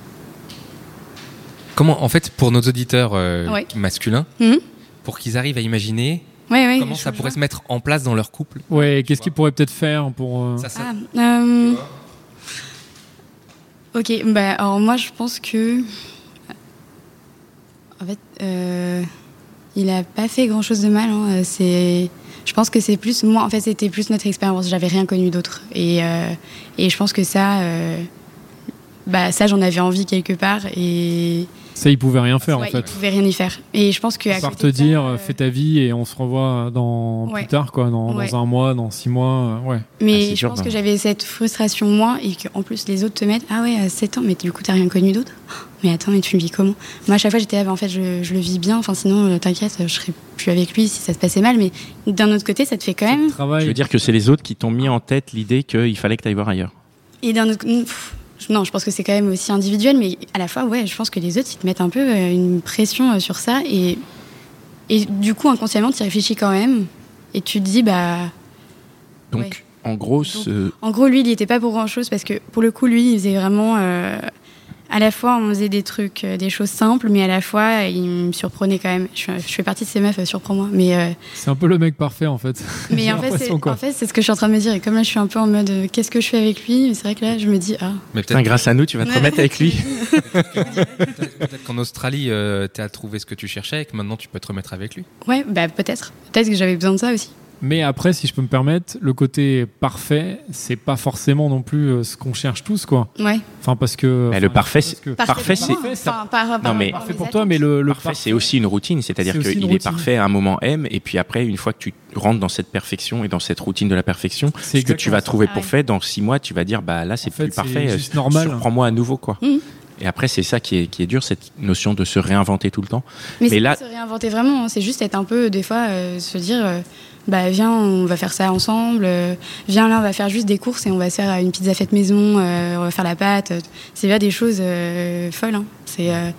Speaker 3: Comment, en fait, pour nos auditeurs euh,
Speaker 4: Ouais.
Speaker 3: masculins,
Speaker 4: Mhm.
Speaker 3: pour qu'ils arrivent à imaginer
Speaker 4: Ouais, ouais,
Speaker 3: comment
Speaker 4: je
Speaker 3: ça
Speaker 4: vois.
Speaker 3: pourrait se mettre en place dans leur couple.
Speaker 2: Ouais, qu'est-ce qu'il pourrait peut-être faire pour. euh,
Speaker 3: Ça, ça-
Speaker 4: Ah, euh, Ok, bah, alors moi je pense que. En fait, euh, il a pas fait grand chose de mal. hein, euh, C'est. Je pense que c'est plus moi. En fait, c'était plus notre expérience. J'avais rien connu d'autre. Et, euh, et je pense que ça, euh, bah ça, j'en avais envie quelque part. Et
Speaker 2: Ça, il pouvait rien faire
Speaker 4: ouais,
Speaker 2: en
Speaker 4: il
Speaker 2: fait.
Speaker 4: pouvait rien y faire. Et je pense que. à
Speaker 2: À part
Speaker 4: côté
Speaker 2: te
Speaker 4: de ça,
Speaker 2: dire,
Speaker 4: euh,
Speaker 2: fais ta vie et on se revoit dans
Speaker 4: Ouais.
Speaker 2: plus tard, quoi, dans, dans
Speaker 4: Ouais.
Speaker 2: un mois, dans six mois, euh, ouais.
Speaker 1: Ah,
Speaker 4: Mais
Speaker 1: c'est
Speaker 4: je
Speaker 1: dur,
Speaker 4: pense
Speaker 1: ben.
Speaker 4: que j'avais cette frustration moi et qu'en plus les autres te mettent ah ouais à 7 ans mais du coup t'as rien connu d'autre. Mais attends mais tu le vis comment Moi à chaque fois j'étais ah, ben, en fait je, je le vis bien enfin sinon euh, t'inquiète je serais plus avec lui si ça se passait mal mais d'un autre côté ça te fait quand
Speaker 2: C'est le
Speaker 4: même
Speaker 2: travail.
Speaker 1: Je veux dire que c'est les autres qui t'ont mis en tête l'idée qu'il fallait que tu ailles voir ailleurs.
Speaker 4: et d'un autre hmm, Pff, je- non je pense que c'est quand même aussi individuel mais à la fois ouais je pense que les autres ils te mettent un peu euh, une pression euh, sur ça et et du coup inconsciemment tu réfléchis quand même et tu te dis bah
Speaker 1: Donc,
Speaker 4: Ouais.
Speaker 1: en gros, ce-
Speaker 4: En gros, lui, il n'y était pas pour grand-chose parce que, pour le coup, lui, il faisait vraiment... euh, à la fois, on faisait des trucs, euh, des choses simples, mais à la fois, il me surprenait quand même. Je, je fais partie de ces meufs, euh, surprends-moi. Mais, euh,
Speaker 2: C'est un peu le mec parfait en fait. J'ai
Speaker 4: mais en, fait, c'est,
Speaker 2: l'impression, quoi.
Speaker 4: en fait, c'est ce que je suis en train de me dire. Et comme là, je suis un peu en mode, euh, qu'est-ce que je fais avec lui C'est vrai que là, je me dis, ah...
Speaker 3: Mais
Speaker 1: putain,
Speaker 3: peut-être
Speaker 1: grâce à nous, tu vas te
Speaker 4: Ouais.
Speaker 1: remettre avec lui.
Speaker 3: peut-être qu'en Australie, tu as trouvé ce que tu cherchais et que maintenant tu peux te remettre avec lui.
Speaker 4: Ouais, bah peut-être. Peut-être que j'avais besoin de ça aussi.
Speaker 2: Mais après, si je peux me permettre, le côté parfait, c'est pas forcément non plus euh, ce qu'on cherche tous, quoi.
Speaker 4: Ouais.
Speaker 2: Enfin, parce que.
Speaker 1: Mais le
Speaker 2: enfin,
Speaker 1: parfait,
Speaker 2: parce
Speaker 1: c'est-
Speaker 2: que-
Speaker 1: Parfait,
Speaker 4: pour
Speaker 1: c'est-
Speaker 4: moi, hein. Enfin, par- par-
Speaker 1: Non, mais-
Speaker 4: par
Speaker 2: parfait
Speaker 4: mes
Speaker 2: pour toi,
Speaker 4: attentes.
Speaker 2: mais le, le
Speaker 1: Parfait, c'est aussi une routine, c'est-à-dire
Speaker 2: C'est aussi une
Speaker 1: qu'il est
Speaker 2: routine.
Speaker 1: parfait à un moment M, et puis après, une fois que tu rentres dans cette perfection et dans cette routine de la perfection,
Speaker 2: C'est
Speaker 1: ce que tu
Speaker 2: exactement
Speaker 1: vas trouver
Speaker 4: Ah
Speaker 1: pour
Speaker 4: ouais.
Speaker 1: fait, dans six mois, tu vas dire, bah là, c'est
Speaker 2: En fait,
Speaker 1: plus
Speaker 2: c'est
Speaker 1: parfait,
Speaker 2: juste
Speaker 1: euh,
Speaker 2: normal.
Speaker 1: surprends-moi à nouveau, quoi.
Speaker 4: Mhm.
Speaker 1: Et après, c'est ça qui est, qui est dur, cette notion de se réinventer tout le temps.
Speaker 4: Mais,
Speaker 1: Mais
Speaker 4: c'est
Speaker 1: là-
Speaker 4: pas se réinventer vraiment, hein. c'est juste être un peu, des fois, euh, se dire, euh, bah viens, on va faire ça ensemble, euh, viens là, on va faire juste des courses et on va se faire euh, une pizza faite maison, euh, on va faire la pâte. C'est bien des choses euh, folles, hein. c'est euh,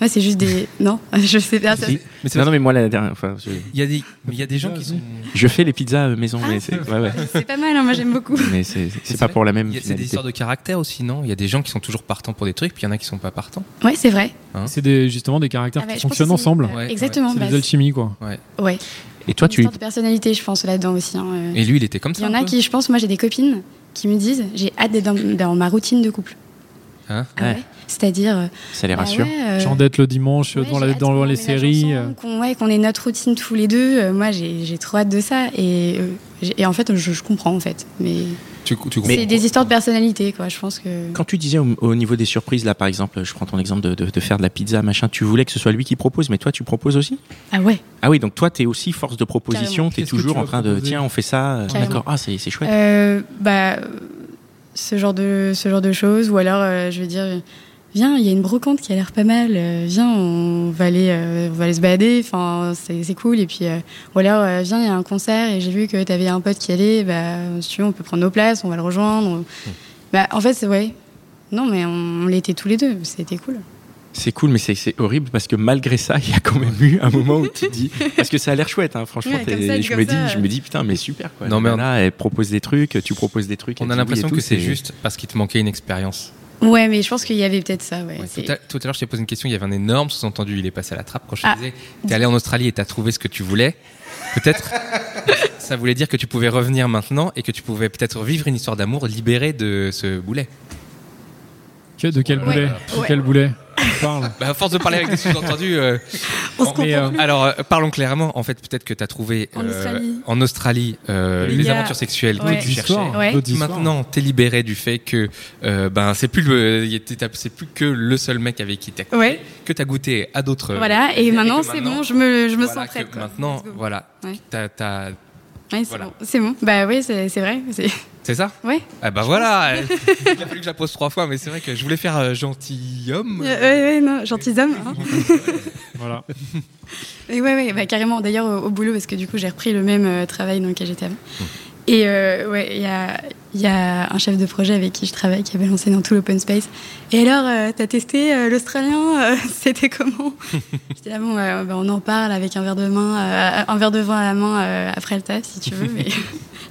Speaker 4: ouais, c'est juste des... non, je sais pas. ça-
Speaker 1: Si.
Speaker 3: Mais c'est
Speaker 1: non,
Speaker 3: parce
Speaker 1: non, mais moi, la dernière fois, je,
Speaker 3: Il y a des, mais il y a des gens qui sont.
Speaker 1: je fais les pizzas euh,
Speaker 4: Ah.
Speaker 1: maison, mais c'est ouais, ouais.
Speaker 4: C'est pas mal, hein, moi j'aime beaucoup.
Speaker 1: Mais c'est- c'est
Speaker 3: C'est
Speaker 1: pas
Speaker 3: vrai.
Speaker 1: pour la même
Speaker 3: il y a- C'est des
Speaker 1: finalité.
Speaker 3: histoires de caractère aussi, non Il y a des gens qui sont toujours partants pour des trucs, puis il y en a qui sont pas partants.
Speaker 4: Ouais, c'est vrai.
Speaker 1: hein.
Speaker 2: C'est des- justement des caractères
Speaker 4: Ah ouais,
Speaker 2: qui
Speaker 4: je pense
Speaker 2: fonctionnent
Speaker 4: que c'est-
Speaker 2: ensemble.
Speaker 4: euh,
Speaker 3: Ouais,
Speaker 4: Exactement,
Speaker 2: C'est
Speaker 4: bah,
Speaker 2: des alchimies, quoi.
Speaker 4: c'est- ouais.
Speaker 1: Et toi,
Speaker 4: Une
Speaker 1: tu,
Speaker 4: histoire de personnalité, je pense, là-dedans aussi. hein, euh.
Speaker 3: Et lui, il était comme
Speaker 4: Il
Speaker 3: ça.
Speaker 4: y
Speaker 3: un
Speaker 4: en a
Speaker 3: peu
Speaker 4: qui, je pense, moi j'ai des copines qui me disent, j'ai hâte d'être dans, dans ma routine de couple.
Speaker 3: Hein
Speaker 4: Ah ouais. C'est-à-dire... euh,
Speaker 1: ça les
Speaker 4: bah
Speaker 1: rassure.
Speaker 4: ouais, euh,
Speaker 2: J'endette le dimanche
Speaker 4: Ouais,
Speaker 2: dans,
Speaker 4: j'ai
Speaker 2: la-
Speaker 4: hâte
Speaker 2: dans
Speaker 4: qu'on
Speaker 2: les
Speaker 4: emménage
Speaker 2: séries. euh,
Speaker 4: ensemble, Qu'on ouais, qu'on ait notre routine tous les deux. Euh, moi, j'ai j'ai trop hâte de ça. Et, euh, j'ai- et en fait, je, je comprends, en fait. Mais
Speaker 3: Tu, tu
Speaker 4: c'est des histoires de personnalité, quoi. Je pense que.
Speaker 1: Quand tu disais au, au niveau des surprises, là par exemple, je prends ton exemple de, de- de faire de la pizza, machin, tu voulais que ce soit lui qui propose, mais toi tu proposes aussi
Speaker 4: Ah ouais.
Speaker 1: Ah oui, donc toi tu es aussi force de proposition,
Speaker 4: Carrément.
Speaker 1: tu es
Speaker 2: Qu'est-ce que
Speaker 1: toujours
Speaker 2: tu
Speaker 1: en
Speaker 2: vas
Speaker 1: train de
Speaker 2: proposer
Speaker 1: tiens, on fait ça, euh,
Speaker 4: Carrément.
Speaker 1: d'accord, ah c'est c'est chouette.
Speaker 4: Euh, bah, euh, ce genre de, ce genre de choses. Ou alors, euh, je veux dire, viens, il y a une brocante qui a l'air pas mal, euh, viens, on va aller, euh, on va aller se balader, enfin, c'est c'est cool. Et puis, euh, ou alors, euh, viens, il y a un concert et j'ai vu que t'avais un pote qui allait, bah, si tu veux, on peut prendre nos places, on va le rejoindre. on- Bah, en fait, c'est ouais. Non, mais on, on l'était tous les deux, c'était cool.
Speaker 1: C'est cool, mais c'est- c'est horrible parce que malgré ça, il y a quand même eu un moment où tu te dis. Parce que ça a l'air chouette, hein, franchement.
Speaker 4: Ouais, comme
Speaker 1: t'es-
Speaker 4: ça,
Speaker 1: je,
Speaker 4: comme
Speaker 1: me
Speaker 4: ça.
Speaker 1: dis, je me dis, putain, mais super quoi.
Speaker 3: Non, mais on-
Speaker 1: là, elle propose des trucs, tu proposes des trucs. elle
Speaker 3: On
Speaker 1: dit
Speaker 3: a
Speaker 1: oui
Speaker 3: l'impression
Speaker 1: et tout,
Speaker 3: que c'est juste parce qu'il te manquait une expérience.
Speaker 4: Ouais, mais je pense qu'il y avait peut-être ça,
Speaker 3: Ouais,
Speaker 4: ouais. c'est-
Speaker 3: tout, à, tout à l'heure, je t'ai posé une question, il y avait un énorme sous-entendu, il est passé à la trappe quand je te
Speaker 4: Ah.
Speaker 3: disais, t'es allé en Australie et t'as trouvé ce que tu voulais. Peut-être, ça voulait dire que tu pouvais revenir maintenant et que tu pouvais peut-être vivre une histoire d'amour libérée de ce boulet.
Speaker 2: Que- De quel
Speaker 3: Ouais.
Speaker 2: boulet De
Speaker 4: Ouais.
Speaker 2: quel boulet On parle.
Speaker 3: Bah, à force de parler avec des sous-entendus, euh,
Speaker 4: On se
Speaker 3: en- mais, euh,
Speaker 4: comprend
Speaker 3: alors euh, parlons clairement. En fait, peut-être que t'as trouvé euh,
Speaker 4: En Australie.
Speaker 3: en Australie, euh,
Speaker 4: Les
Speaker 3: les
Speaker 4: gars.
Speaker 3: aventures sexuelles
Speaker 4: Ouais.
Speaker 3: que tu
Speaker 2: D'autres
Speaker 3: cherchais.
Speaker 2: histoires,
Speaker 4: Ouais.
Speaker 2: d'autres histoires.
Speaker 3: Maintenant, t'es libéré du fait que euh, ben c'est plus le, y était- c'est plus que le seul mec avec qui t'as
Speaker 4: Ouais.
Speaker 3: que t'as goûté à d'autres.
Speaker 4: Voilà, et
Speaker 3: Euh, que
Speaker 4: maintenant, c'est
Speaker 3: maintenant-
Speaker 4: bon, je me, je me
Speaker 3: Voilà,
Speaker 4: sens prête.
Speaker 3: que
Speaker 4: quoi.
Speaker 3: Maintenant,
Speaker 4: Let's go.
Speaker 3: voilà,
Speaker 4: Ouais.
Speaker 3: t'as- t'as-
Speaker 4: Ouais, c'est
Speaker 3: voilà.
Speaker 4: bon, c'est bon. Bah oui, c'est c'est vrai. c'est-
Speaker 3: c'est ça.
Speaker 4: Ouais.
Speaker 3: Ah bah voilà. Il a fallu que je la pose trois fois, mais c'est vrai que je voulais faire euh, gentilhomme.
Speaker 4: Euh, ouais, ouais, non, gentilhomme. hein.
Speaker 2: Voilà.
Speaker 4: Et ouais, ouais, bah, carrément. D'ailleurs, au, au boulot, parce que du coup, j'ai repris le même euh, travail dans lequel j'étais avant. Et euh, ouais, il y a, il y a un chef de projet avec qui je travaille qui avait lancé dans tout l'open space. Et alors, euh, t'as testé euh, l'Australien euh, C'était comment J'étais là, bon, euh, bah, on en parle avec un verre de main, euh, un verre de vin à la main euh, après le taf, si tu veux. Mais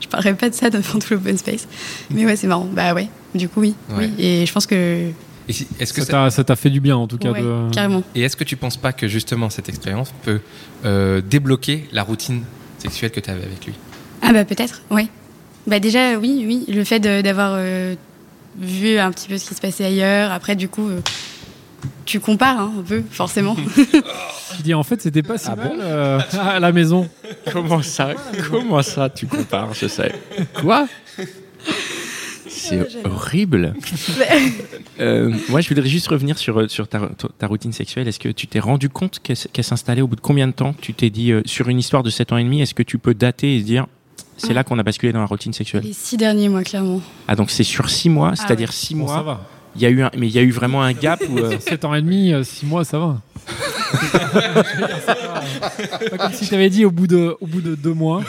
Speaker 4: je parlerai pas de ça devant tout l'open space. Mais ouais, c'est marrant. Bah ouais, du coup, oui.
Speaker 3: Ouais.
Speaker 4: oui. Et je pense que.
Speaker 3: Et si- Est-ce que
Speaker 2: Ça
Speaker 3: ça-
Speaker 2: t'a- ça t'a fait du bien en tout cas.
Speaker 4: ouais,
Speaker 2: de-
Speaker 4: carrément.
Speaker 3: Et est-ce que tu penses pas que justement cette expérience peut euh, débloquer la routine sexuelle que tu avais avec lui
Speaker 4: Ah bah peut-être, oui. Bah déjà, oui, oui, le fait de- d'avoir euh, vu un petit peu ce qui se passait ailleurs, après du coup, euh, tu compares hein, un peu, forcément.
Speaker 2: Qui dit en fait c'était pas si
Speaker 1: Ah
Speaker 2: mal
Speaker 1: bon
Speaker 2: euh, à la maison.
Speaker 1: c'est- Comment ça Comment ça Tu compares Je sais. Quoi
Speaker 4: Ouais,
Speaker 1: C'est
Speaker 4: j'adore.
Speaker 1: horrible. Euh, moi, je voudrais juste revenir sur, euh, sur ta, ta routine sexuelle. Est-ce que tu t'es rendu compte qu'elle s- qu'elle s'installait au bout de combien de temps Tu t'es dit, euh, sur une histoire de 7 ans et demi, est-ce que tu peux dater et se dire, c'est
Speaker 4: Ah.
Speaker 1: là qu'on a basculé dans la routine sexuelle
Speaker 4: Les six derniers mois, clairement.
Speaker 1: Ah, donc c'est sur 6 mois, c'est-à-dire 6
Speaker 2: Bon, ça
Speaker 1: mois.
Speaker 2: va.
Speaker 1: Il y a eu un- mais il y a eu vraiment un gap où. euh,
Speaker 2: 7 ans et demi, 6 mois, ça va. C'est pas comme si t'avais dit au bout de, au bout de deux mois.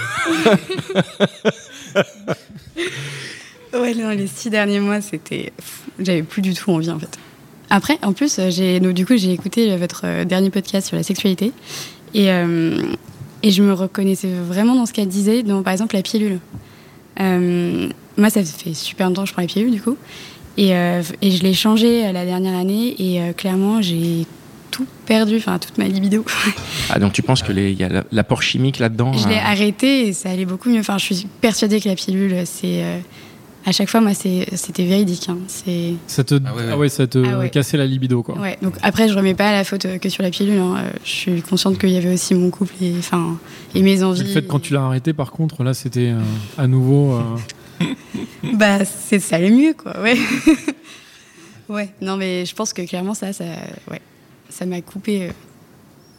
Speaker 4: Ouais, non, les six derniers mois, c'était... pff, J'avais plus du tout envie, en fait. Après, en plus, euh, j'ai donc, du coup, j'ai écouté euh, votre euh, dernier podcast sur la sexualité et, euh, et je me reconnaissais vraiment dans ce qu'elle disait, dans, par exemple, la pilule. Euh, moi, ça fait super longtemps que je prends la pilule, du coup. Et, euh, et je l'ai changée euh, la dernière année et euh, clairement, j'ai tout perdu, enfin, toute ma libido.
Speaker 1: Ah, donc tu penses que les- il y a la- l'apport chimique là-dedans
Speaker 4: Je
Speaker 1: hein.
Speaker 4: l'ai arrêté et ça allait beaucoup mieux. Enfin, je suis persuadée que la pilule, c'est... euh, à chaque fois, moi, c'est- c'était véridique. hein. C'est...
Speaker 2: Ça te,
Speaker 3: Ah ouais, ouais.
Speaker 2: ah ouais, ça te
Speaker 4: Ah ouais.
Speaker 2: cassait la libido, quoi.
Speaker 4: Ouais, donc après, je remets pas la faute euh, que sur la pilule. hein. Euh, Je suis consciente qu'il y avait aussi mon couple et, enfin, et mes
Speaker 2: Et
Speaker 4: envies.
Speaker 2: le fait quand tu l'as arrêté, par contre, là, c'était euh, à nouveau. euh,
Speaker 4: Bah, c'est ça le mieux, quoi, ouais. ouais, non, mais je pense que clairement, ça, ça ouais, ça m'a coupé. euh.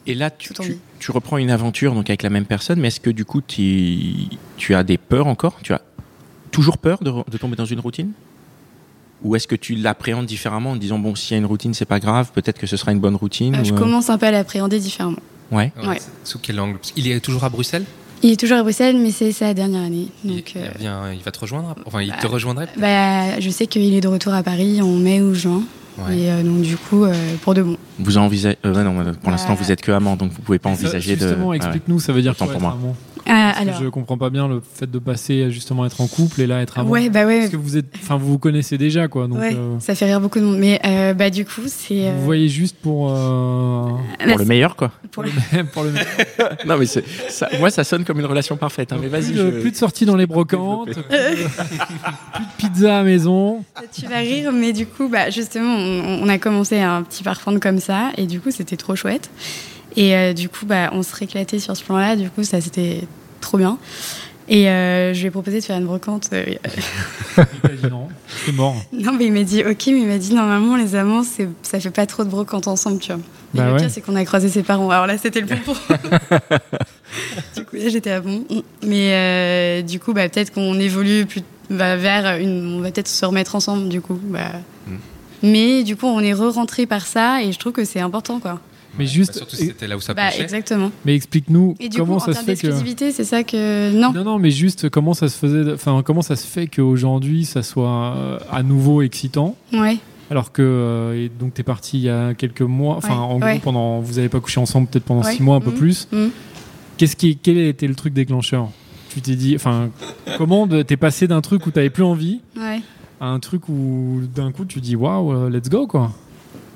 Speaker 1: Et là, tu,
Speaker 4: Tout en
Speaker 1: tu-
Speaker 4: vie.
Speaker 1: tu reprends une aventure donc avec la même personne, mais est-ce que du coup, t'y- tu as des peurs encore Tu as toujours peur de, re- de tomber dans une routine Ou est-ce que tu l'appréhendes différemment en te disant, bon, s'il y a une routine, c'est pas grave, peut-être que ce sera une bonne routine
Speaker 4: Euh, je
Speaker 1: ou, euh,
Speaker 4: commence un peu à l'appréhender différemment.
Speaker 1: Ouais.
Speaker 4: Ouais.
Speaker 3: Sous quel angle Parce qu'il est toujours à Bruxelles
Speaker 4: Il est toujours à Bruxelles, mais c'est sa dernière année. Donc,
Speaker 3: il, il
Speaker 4: euh,
Speaker 3: vient- il va te rejoindre après Enfin, il
Speaker 4: bah,
Speaker 3: te rejoindrait
Speaker 4: bah, je sais qu'il est de retour à Paris en mai ou juin.
Speaker 3: Ouais.
Speaker 4: Et euh, donc, du coup, euh, pour de bon.
Speaker 1: Vous envisagez. euh, ouais, non, euh, pour l'instant,
Speaker 4: Ouais.
Speaker 1: vous êtes que amant, donc vous pouvez pas
Speaker 2: ça,
Speaker 1: envisager de.
Speaker 2: justement,
Speaker 1: ouais, ouais.
Speaker 2: explique-nous, ça veut dire
Speaker 1: Autant
Speaker 2: quoi
Speaker 1: pour
Speaker 2: être
Speaker 1: moi.
Speaker 2: amant
Speaker 4: Ah,
Speaker 2: Parce que
Speaker 4: alors.
Speaker 2: Je comprends pas bien le fait de passer à justement être en couple et là être amant.
Speaker 4: Ouais, bah ouais.
Speaker 2: Parce que vous êtes, enfin, vous vous connaissez déjà, quoi. Donc,
Speaker 4: ouais,
Speaker 2: euh,
Speaker 4: Ça fait rire beaucoup de monde. Mais euh, bah, du coup, c'est. euh,
Speaker 2: vous voyez juste pour. euh,
Speaker 1: Pour le meilleur, quoi.
Speaker 4: pour le-
Speaker 2: pour le
Speaker 1: non, mais c'est- ça- moi, ça sonne comme une relation parfaite. hein, mais vas-y.
Speaker 2: plus, de-
Speaker 1: je-
Speaker 2: Euh, plus de sorties dans les brocantes, euh, plus de, plus de pizza à maison.
Speaker 4: Tu vas rire, mais du coup, bah, justement, on, on a commencé un petit parfum comme ça, et du coup, c'était trop chouette. Et euh, du coup, bah, on se rééclatait sur ce plan-là, du coup, ça, c'était trop bien. Et euh, je lui ai proposé de faire une brocante. euh,
Speaker 2: Il a dit non, c'est mort.
Speaker 4: non, mais il m'a dit, ok, mais il m'a dit, normalement, les amants, c'est- ça fait pas trop de brocantes ensemble, tu vois. Et
Speaker 2: Bah
Speaker 4: le
Speaker 2: ouais.
Speaker 4: pire, c'est qu'on a croisé ses parents. Alors là, c'était le bon pour. du coup, là, j'étais à bon. Mais euh, du coup, bah, peut-être qu'on évolue plus, bah, vers une. On va peut-être se remettre ensemble, du coup. Bah, Mais du coup, on est re-rentré par ça et je trouve que c'est important, quoi.
Speaker 2: Mais juste,
Speaker 3: surtout si c'était là où ça
Speaker 4: Bah,
Speaker 3: penchait.
Speaker 4: exactement.
Speaker 2: mais explique-nous
Speaker 4: Et du
Speaker 2: comment
Speaker 4: coup, en
Speaker 2: ça se
Speaker 4: termes
Speaker 2: fait que.
Speaker 4: d'exclusivité, c'est ça que. Non.
Speaker 2: Non, non, mais juste comment ça se faisait, enfin comment ça se fait qu'aujourd'hui ça soit euh, à nouveau excitant,
Speaker 4: Ouais.
Speaker 2: alors que euh, et donc t'es parti il y a quelques mois, enfin
Speaker 4: Ouais,
Speaker 2: en
Speaker 4: ouais.
Speaker 2: gros pendant, vous avez pas couché ensemble peut-être pendant
Speaker 4: Ouais.
Speaker 2: six mois un peu
Speaker 4: Mhm.
Speaker 2: plus.
Speaker 4: Mhm.
Speaker 2: Qu'est-ce qui, quel a été le truc déclencheur Tu t'es dit, enfin comment de- t'es passé d'un truc où t'avais plus envie
Speaker 4: Ouais.
Speaker 2: à un truc où d'un coup tu dis waouh, euh, let's go quoi,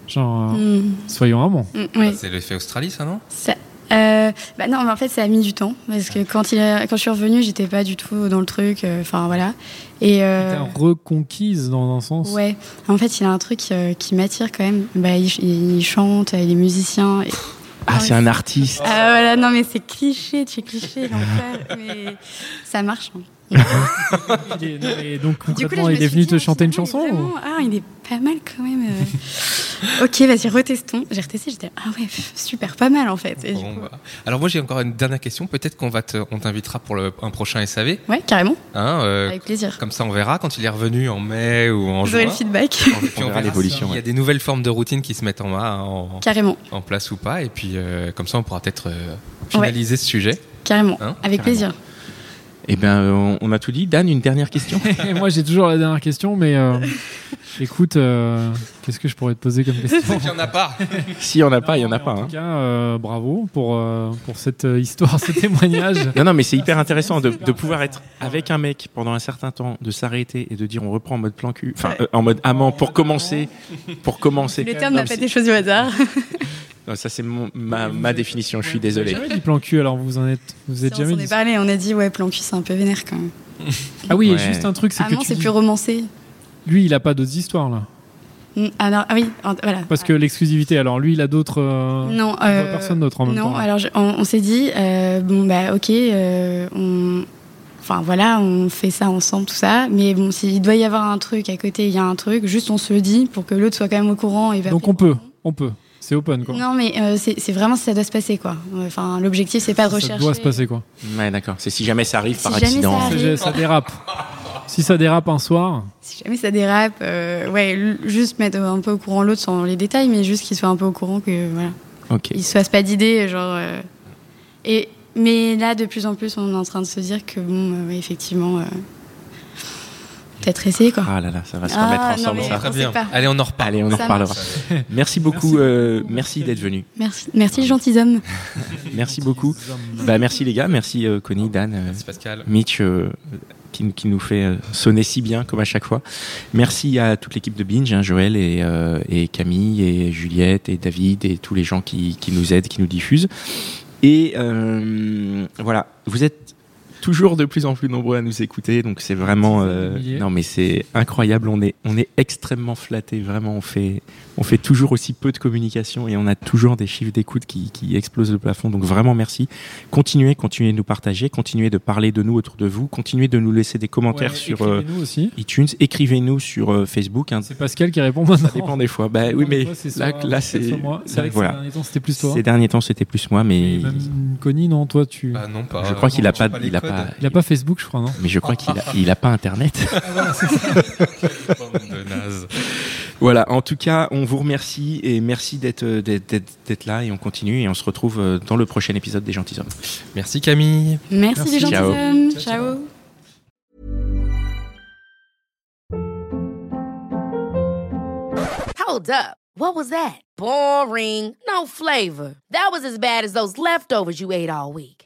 Speaker 2: genre euh,
Speaker 4: Mm,
Speaker 2: soyons amants.
Speaker 4: mm, ouais.
Speaker 3: C'est l'effet Australie, ça, non
Speaker 4: Ça- euh, bah non, mais en fait, ça a mis du temps parce que quand, il a- quand je suis revenue, j'étais pas du tout dans le truc. euh, Enfin voilà. Et euh,
Speaker 2: T'as reconquise dans un sens.
Speaker 4: ouais, en fait, il a un truc euh, qui m'attire quand même. Bah, il, ch- il chante, euh, il est musicien. et-
Speaker 1: Ah, c'est un
Speaker 2: Oh.
Speaker 1: artiste.
Speaker 4: Ah voilà, non mais c'est cliché, tu es cliché, l'enfer. Mais ça marche. hein.
Speaker 2: Il est- non, mais donc
Speaker 4: Du coup,
Speaker 2: concrètement,
Speaker 4: là, je me
Speaker 2: il est
Speaker 4: suis
Speaker 2: venu
Speaker 4: dit,
Speaker 2: te
Speaker 4: ah,
Speaker 2: chanter une chanson
Speaker 4: finalement, il est
Speaker 2: ou-
Speaker 4: vraiment- Ah, il est pas mal quand même. euh. ok, vas-y, retestons. J'ai retesté, j'étais ah ouais, pff, super, pas mal en fait. Et du
Speaker 3: Bon,
Speaker 4: coup-
Speaker 3: bah. Alors moi j'ai encore une dernière question. Peut-être qu'on va te, on t'invitera pour le, un prochain SAV.
Speaker 4: Ouais, carrément,
Speaker 3: Hein, euh,
Speaker 4: avec plaisir.
Speaker 3: comme ça on verra quand il est revenu en mai ou en
Speaker 4: Vous aurez
Speaker 3: juin.
Speaker 4: le feedback.
Speaker 3: Et puis,
Speaker 1: On verra
Speaker 3: verra
Speaker 1: l'évolution,
Speaker 3: s'il y
Speaker 1: ouais.
Speaker 3: a des nouvelles formes de routine qui se mettent en, en,
Speaker 4: Carrément,
Speaker 3: en place ou pas. Et puis euh, comme ça on pourra peut-être euh, finaliser ce sujet.
Speaker 4: carrément,
Speaker 3: Hein,
Speaker 4: avec
Speaker 1: carrément.
Speaker 4: plaisir.
Speaker 1: Eh bien, on, on a tout dit. Dan, une dernière question
Speaker 2: Et hein. moi, j'ai toujours la dernière question, mais euh, écoute, euh, qu'est-ce que je pourrais te poser comme question
Speaker 3: Il y en a pas.
Speaker 1: S'il n'y en a pas, il n'y en a
Speaker 2: mais
Speaker 1: pas.
Speaker 2: En
Speaker 1: hein.
Speaker 2: tout cas, euh, bravo pour, euh, pour cette euh, histoire, ce témoignage.
Speaker 1: Non, non, mais c'est hyper intéressant de, de pouvoir être avec un mec pendant un certain temps, de s'arrêter et de dire on reprend en mode plan cul, enfin euh, en mode amant pour commencer, pour commencer.
Speaker 4: Le terme n'a
Speaker 1: Non, c'est-
Speaker 4: pas été choisi au hasard.
Speaker 1: non, ça c'est mon- ma, ma définition. Je suis désolé.
Speaker 2: Vous avez dit plan cul, alors vous en êtes, vous êtes
Speaker 4: On
Speaker 2: jamais
Speaker 4: s'en
Speaker 2: dit.
Speaker 4: est parlé, on a dit ouais, plan cul, c'est un peu vénère quand même.
Speaker 2: Ah oui, et
Speaker 1: Ouais.
Speaker 2: juste un truc, c'est
Speaker 4: Ah
Speaker 2: que
Speaker 4: non,
Speaker 2: tu
Speaker 4: c'est
Speaker 2: dis-
Speaker 4: plus romancé.
Speaker 2: lui, il a pas d'autres histoires là,
Speaker 4: Mm, Ah, non, ah oui, en- voilà.
Speaker 2: parce que l'exclusivité. Alors lui, il a d'autres. euh,
Speaker 4: Non,
Speaker 2: il
Speaker 4: euh,
Speaker 2: voit personne d'autre en même
Speaker 4: non,
Speaker 2: temps.
Speaker 4: alors je- on, on s'est dit, euh, bon, bah ok, euh, on. Enfin voilà, on fait ça ensemble, tout ça. Mais bon, s'il doit y avoir un truc à côté, il y a un truc, juste on se le dit pour que l'autre soit quand même au courant. Et pas
Speaker 2: Donc
Speaker 4: pris
Speaker 2: on
Speaker 4: pour
Speaker 2: peut,
Speaker 4: con.
Speaker 2: on peut. C'est open quoi.
Speaker 4: Non, mais euh, c'est c'est vraiment si ça doit se passer, quoi. Enfin, l'objectif, c'est pas de rechercher. Ah
Speaker 2: Ça doit se passer quoi.
Speaker 1: Ouais, d'accord. C'est si jamais ça arrive
Speaker 4: Si
Speaker 1: par
Speaker 4: jamais ça
Speaker 1: accident.
Speaker 4: arrive.
Speaker 2: Ça, ça dérape. Si ça dérape un soir,
Speaker 4: Si jamais ça dérape, euh, ouais, l- juste mettre un peu au courant l'autre sans les détails, mais juste qu'il soit un peu au courant que voilà,
Speaker 1: Ok.
Speaker 4: il se fasse pas d'idées, genre. euh, et mais là, de plus en plus, on est en train de se dire que bon, euh, ouais, effectivement, euh, peut-être essayer quoi.
Speaker 1: Ah là là, ça va se
Speaker 4: Ah,
Speaker 1: remettre
Speaker 4: non,
Speaker 1: ensemble.
Speaker 4: mais-
Speaker 1: ça.
Speaker 3: Très
Speaker 4: sait
Speaker 3: bien.
Speaker 4: pas.
Speaker 3: Allez on en reparle.
Speaker 1: Allez, on en
Speaker 4: Ça
Speaker 1: reparlera. Merci beaucoup. euh, merci d'être venu.
Speaker 4: Merci, merci gentilshommes.
Speaker 1: Merci beaucoup. Bah merci les gars. Merci euh, Connie, Dan. euh,
Speaker 3: Merci Pascal.
Speaker 1: Mitch euh, qui, qui nous fait euh, sonner si bien comme à chaque fois. Merci à toute l'équipe de Binge, hein, Joël et, euh, et Camille et Juliette et David et tous les gens qui, qui nous aident, qui nous diffusent. Et euh, voilà, vous êtes toujours de plus en plus nombreux à nous écouter, donc c'est vraiment euh,
Speaker 2: Milliers.
Speaker 1: non mais c'est incroyable. On est on est extrêmement flatté, vraiment. On fait on fait toujours aussi peu de communication et on a toujours des chiffres d'écoute qui, qui explosent le plafond. Donc vraiment merci. Continuez, continuez de nous partager, continuez de parler de nous autour de vous, continuez de nous laisser des commentaires sur euh,
Speaker 2: nous aussi.
Speaker 1: iTunes, écrivez-nous sur euh, Facebook. hein.
Speaker 2: C'est Pascal qui répond maintenant.
Speaker 1: Ça dépend des fois. Bah oui, mais
Speaker 2: Des fois, Oh. c'est
Speaker 1: là,
Speaker 2: soit-
Speaker 1: là c'est
Speaker 2: soit moi. C'est
Speaker 1: là,
Speaker 2: vrai que ces
Speaker 1: voilà.
Speaker 2: derniers temps, c'était plus toi.
Speaker 1: Ces derniers temps, c'était plus moi, mais
Speaker 2: Et Même Connie, non, toi, tu.
Speaker 3: Bah, non pas.
Speaker 1: je crois qu'il a
Speaker 3: Non,
Speaker 1: pas,
Speaker 3: les
Speaker 1: il a pas,
Speaker 3: codes.
Speaker 2: Il a pas Facebook, je crois, non
Speaker 1: mais je crois qu'il a, il a pas Internet.
Speaker 3: Bande de nazes.
Speaker 1: Voilà, en tout cas, on vous remercie et merci d'être euh, d'être- d'être d'être là et on continue et on se retrouve euh, dans le prochain épisode des Gentilshommes.
Speaker 3: Merci Camille.
Speaker 4: Merci, les
Speaker 1: Ciao.
Speaker 4: gentilshommes.
Speaker 3: Ciao, ciao.
Speaker 4: ciao.
Speaker 5: Hold up. What was that? Boring. No flavor. That was as bad as those leftovers you ate all week.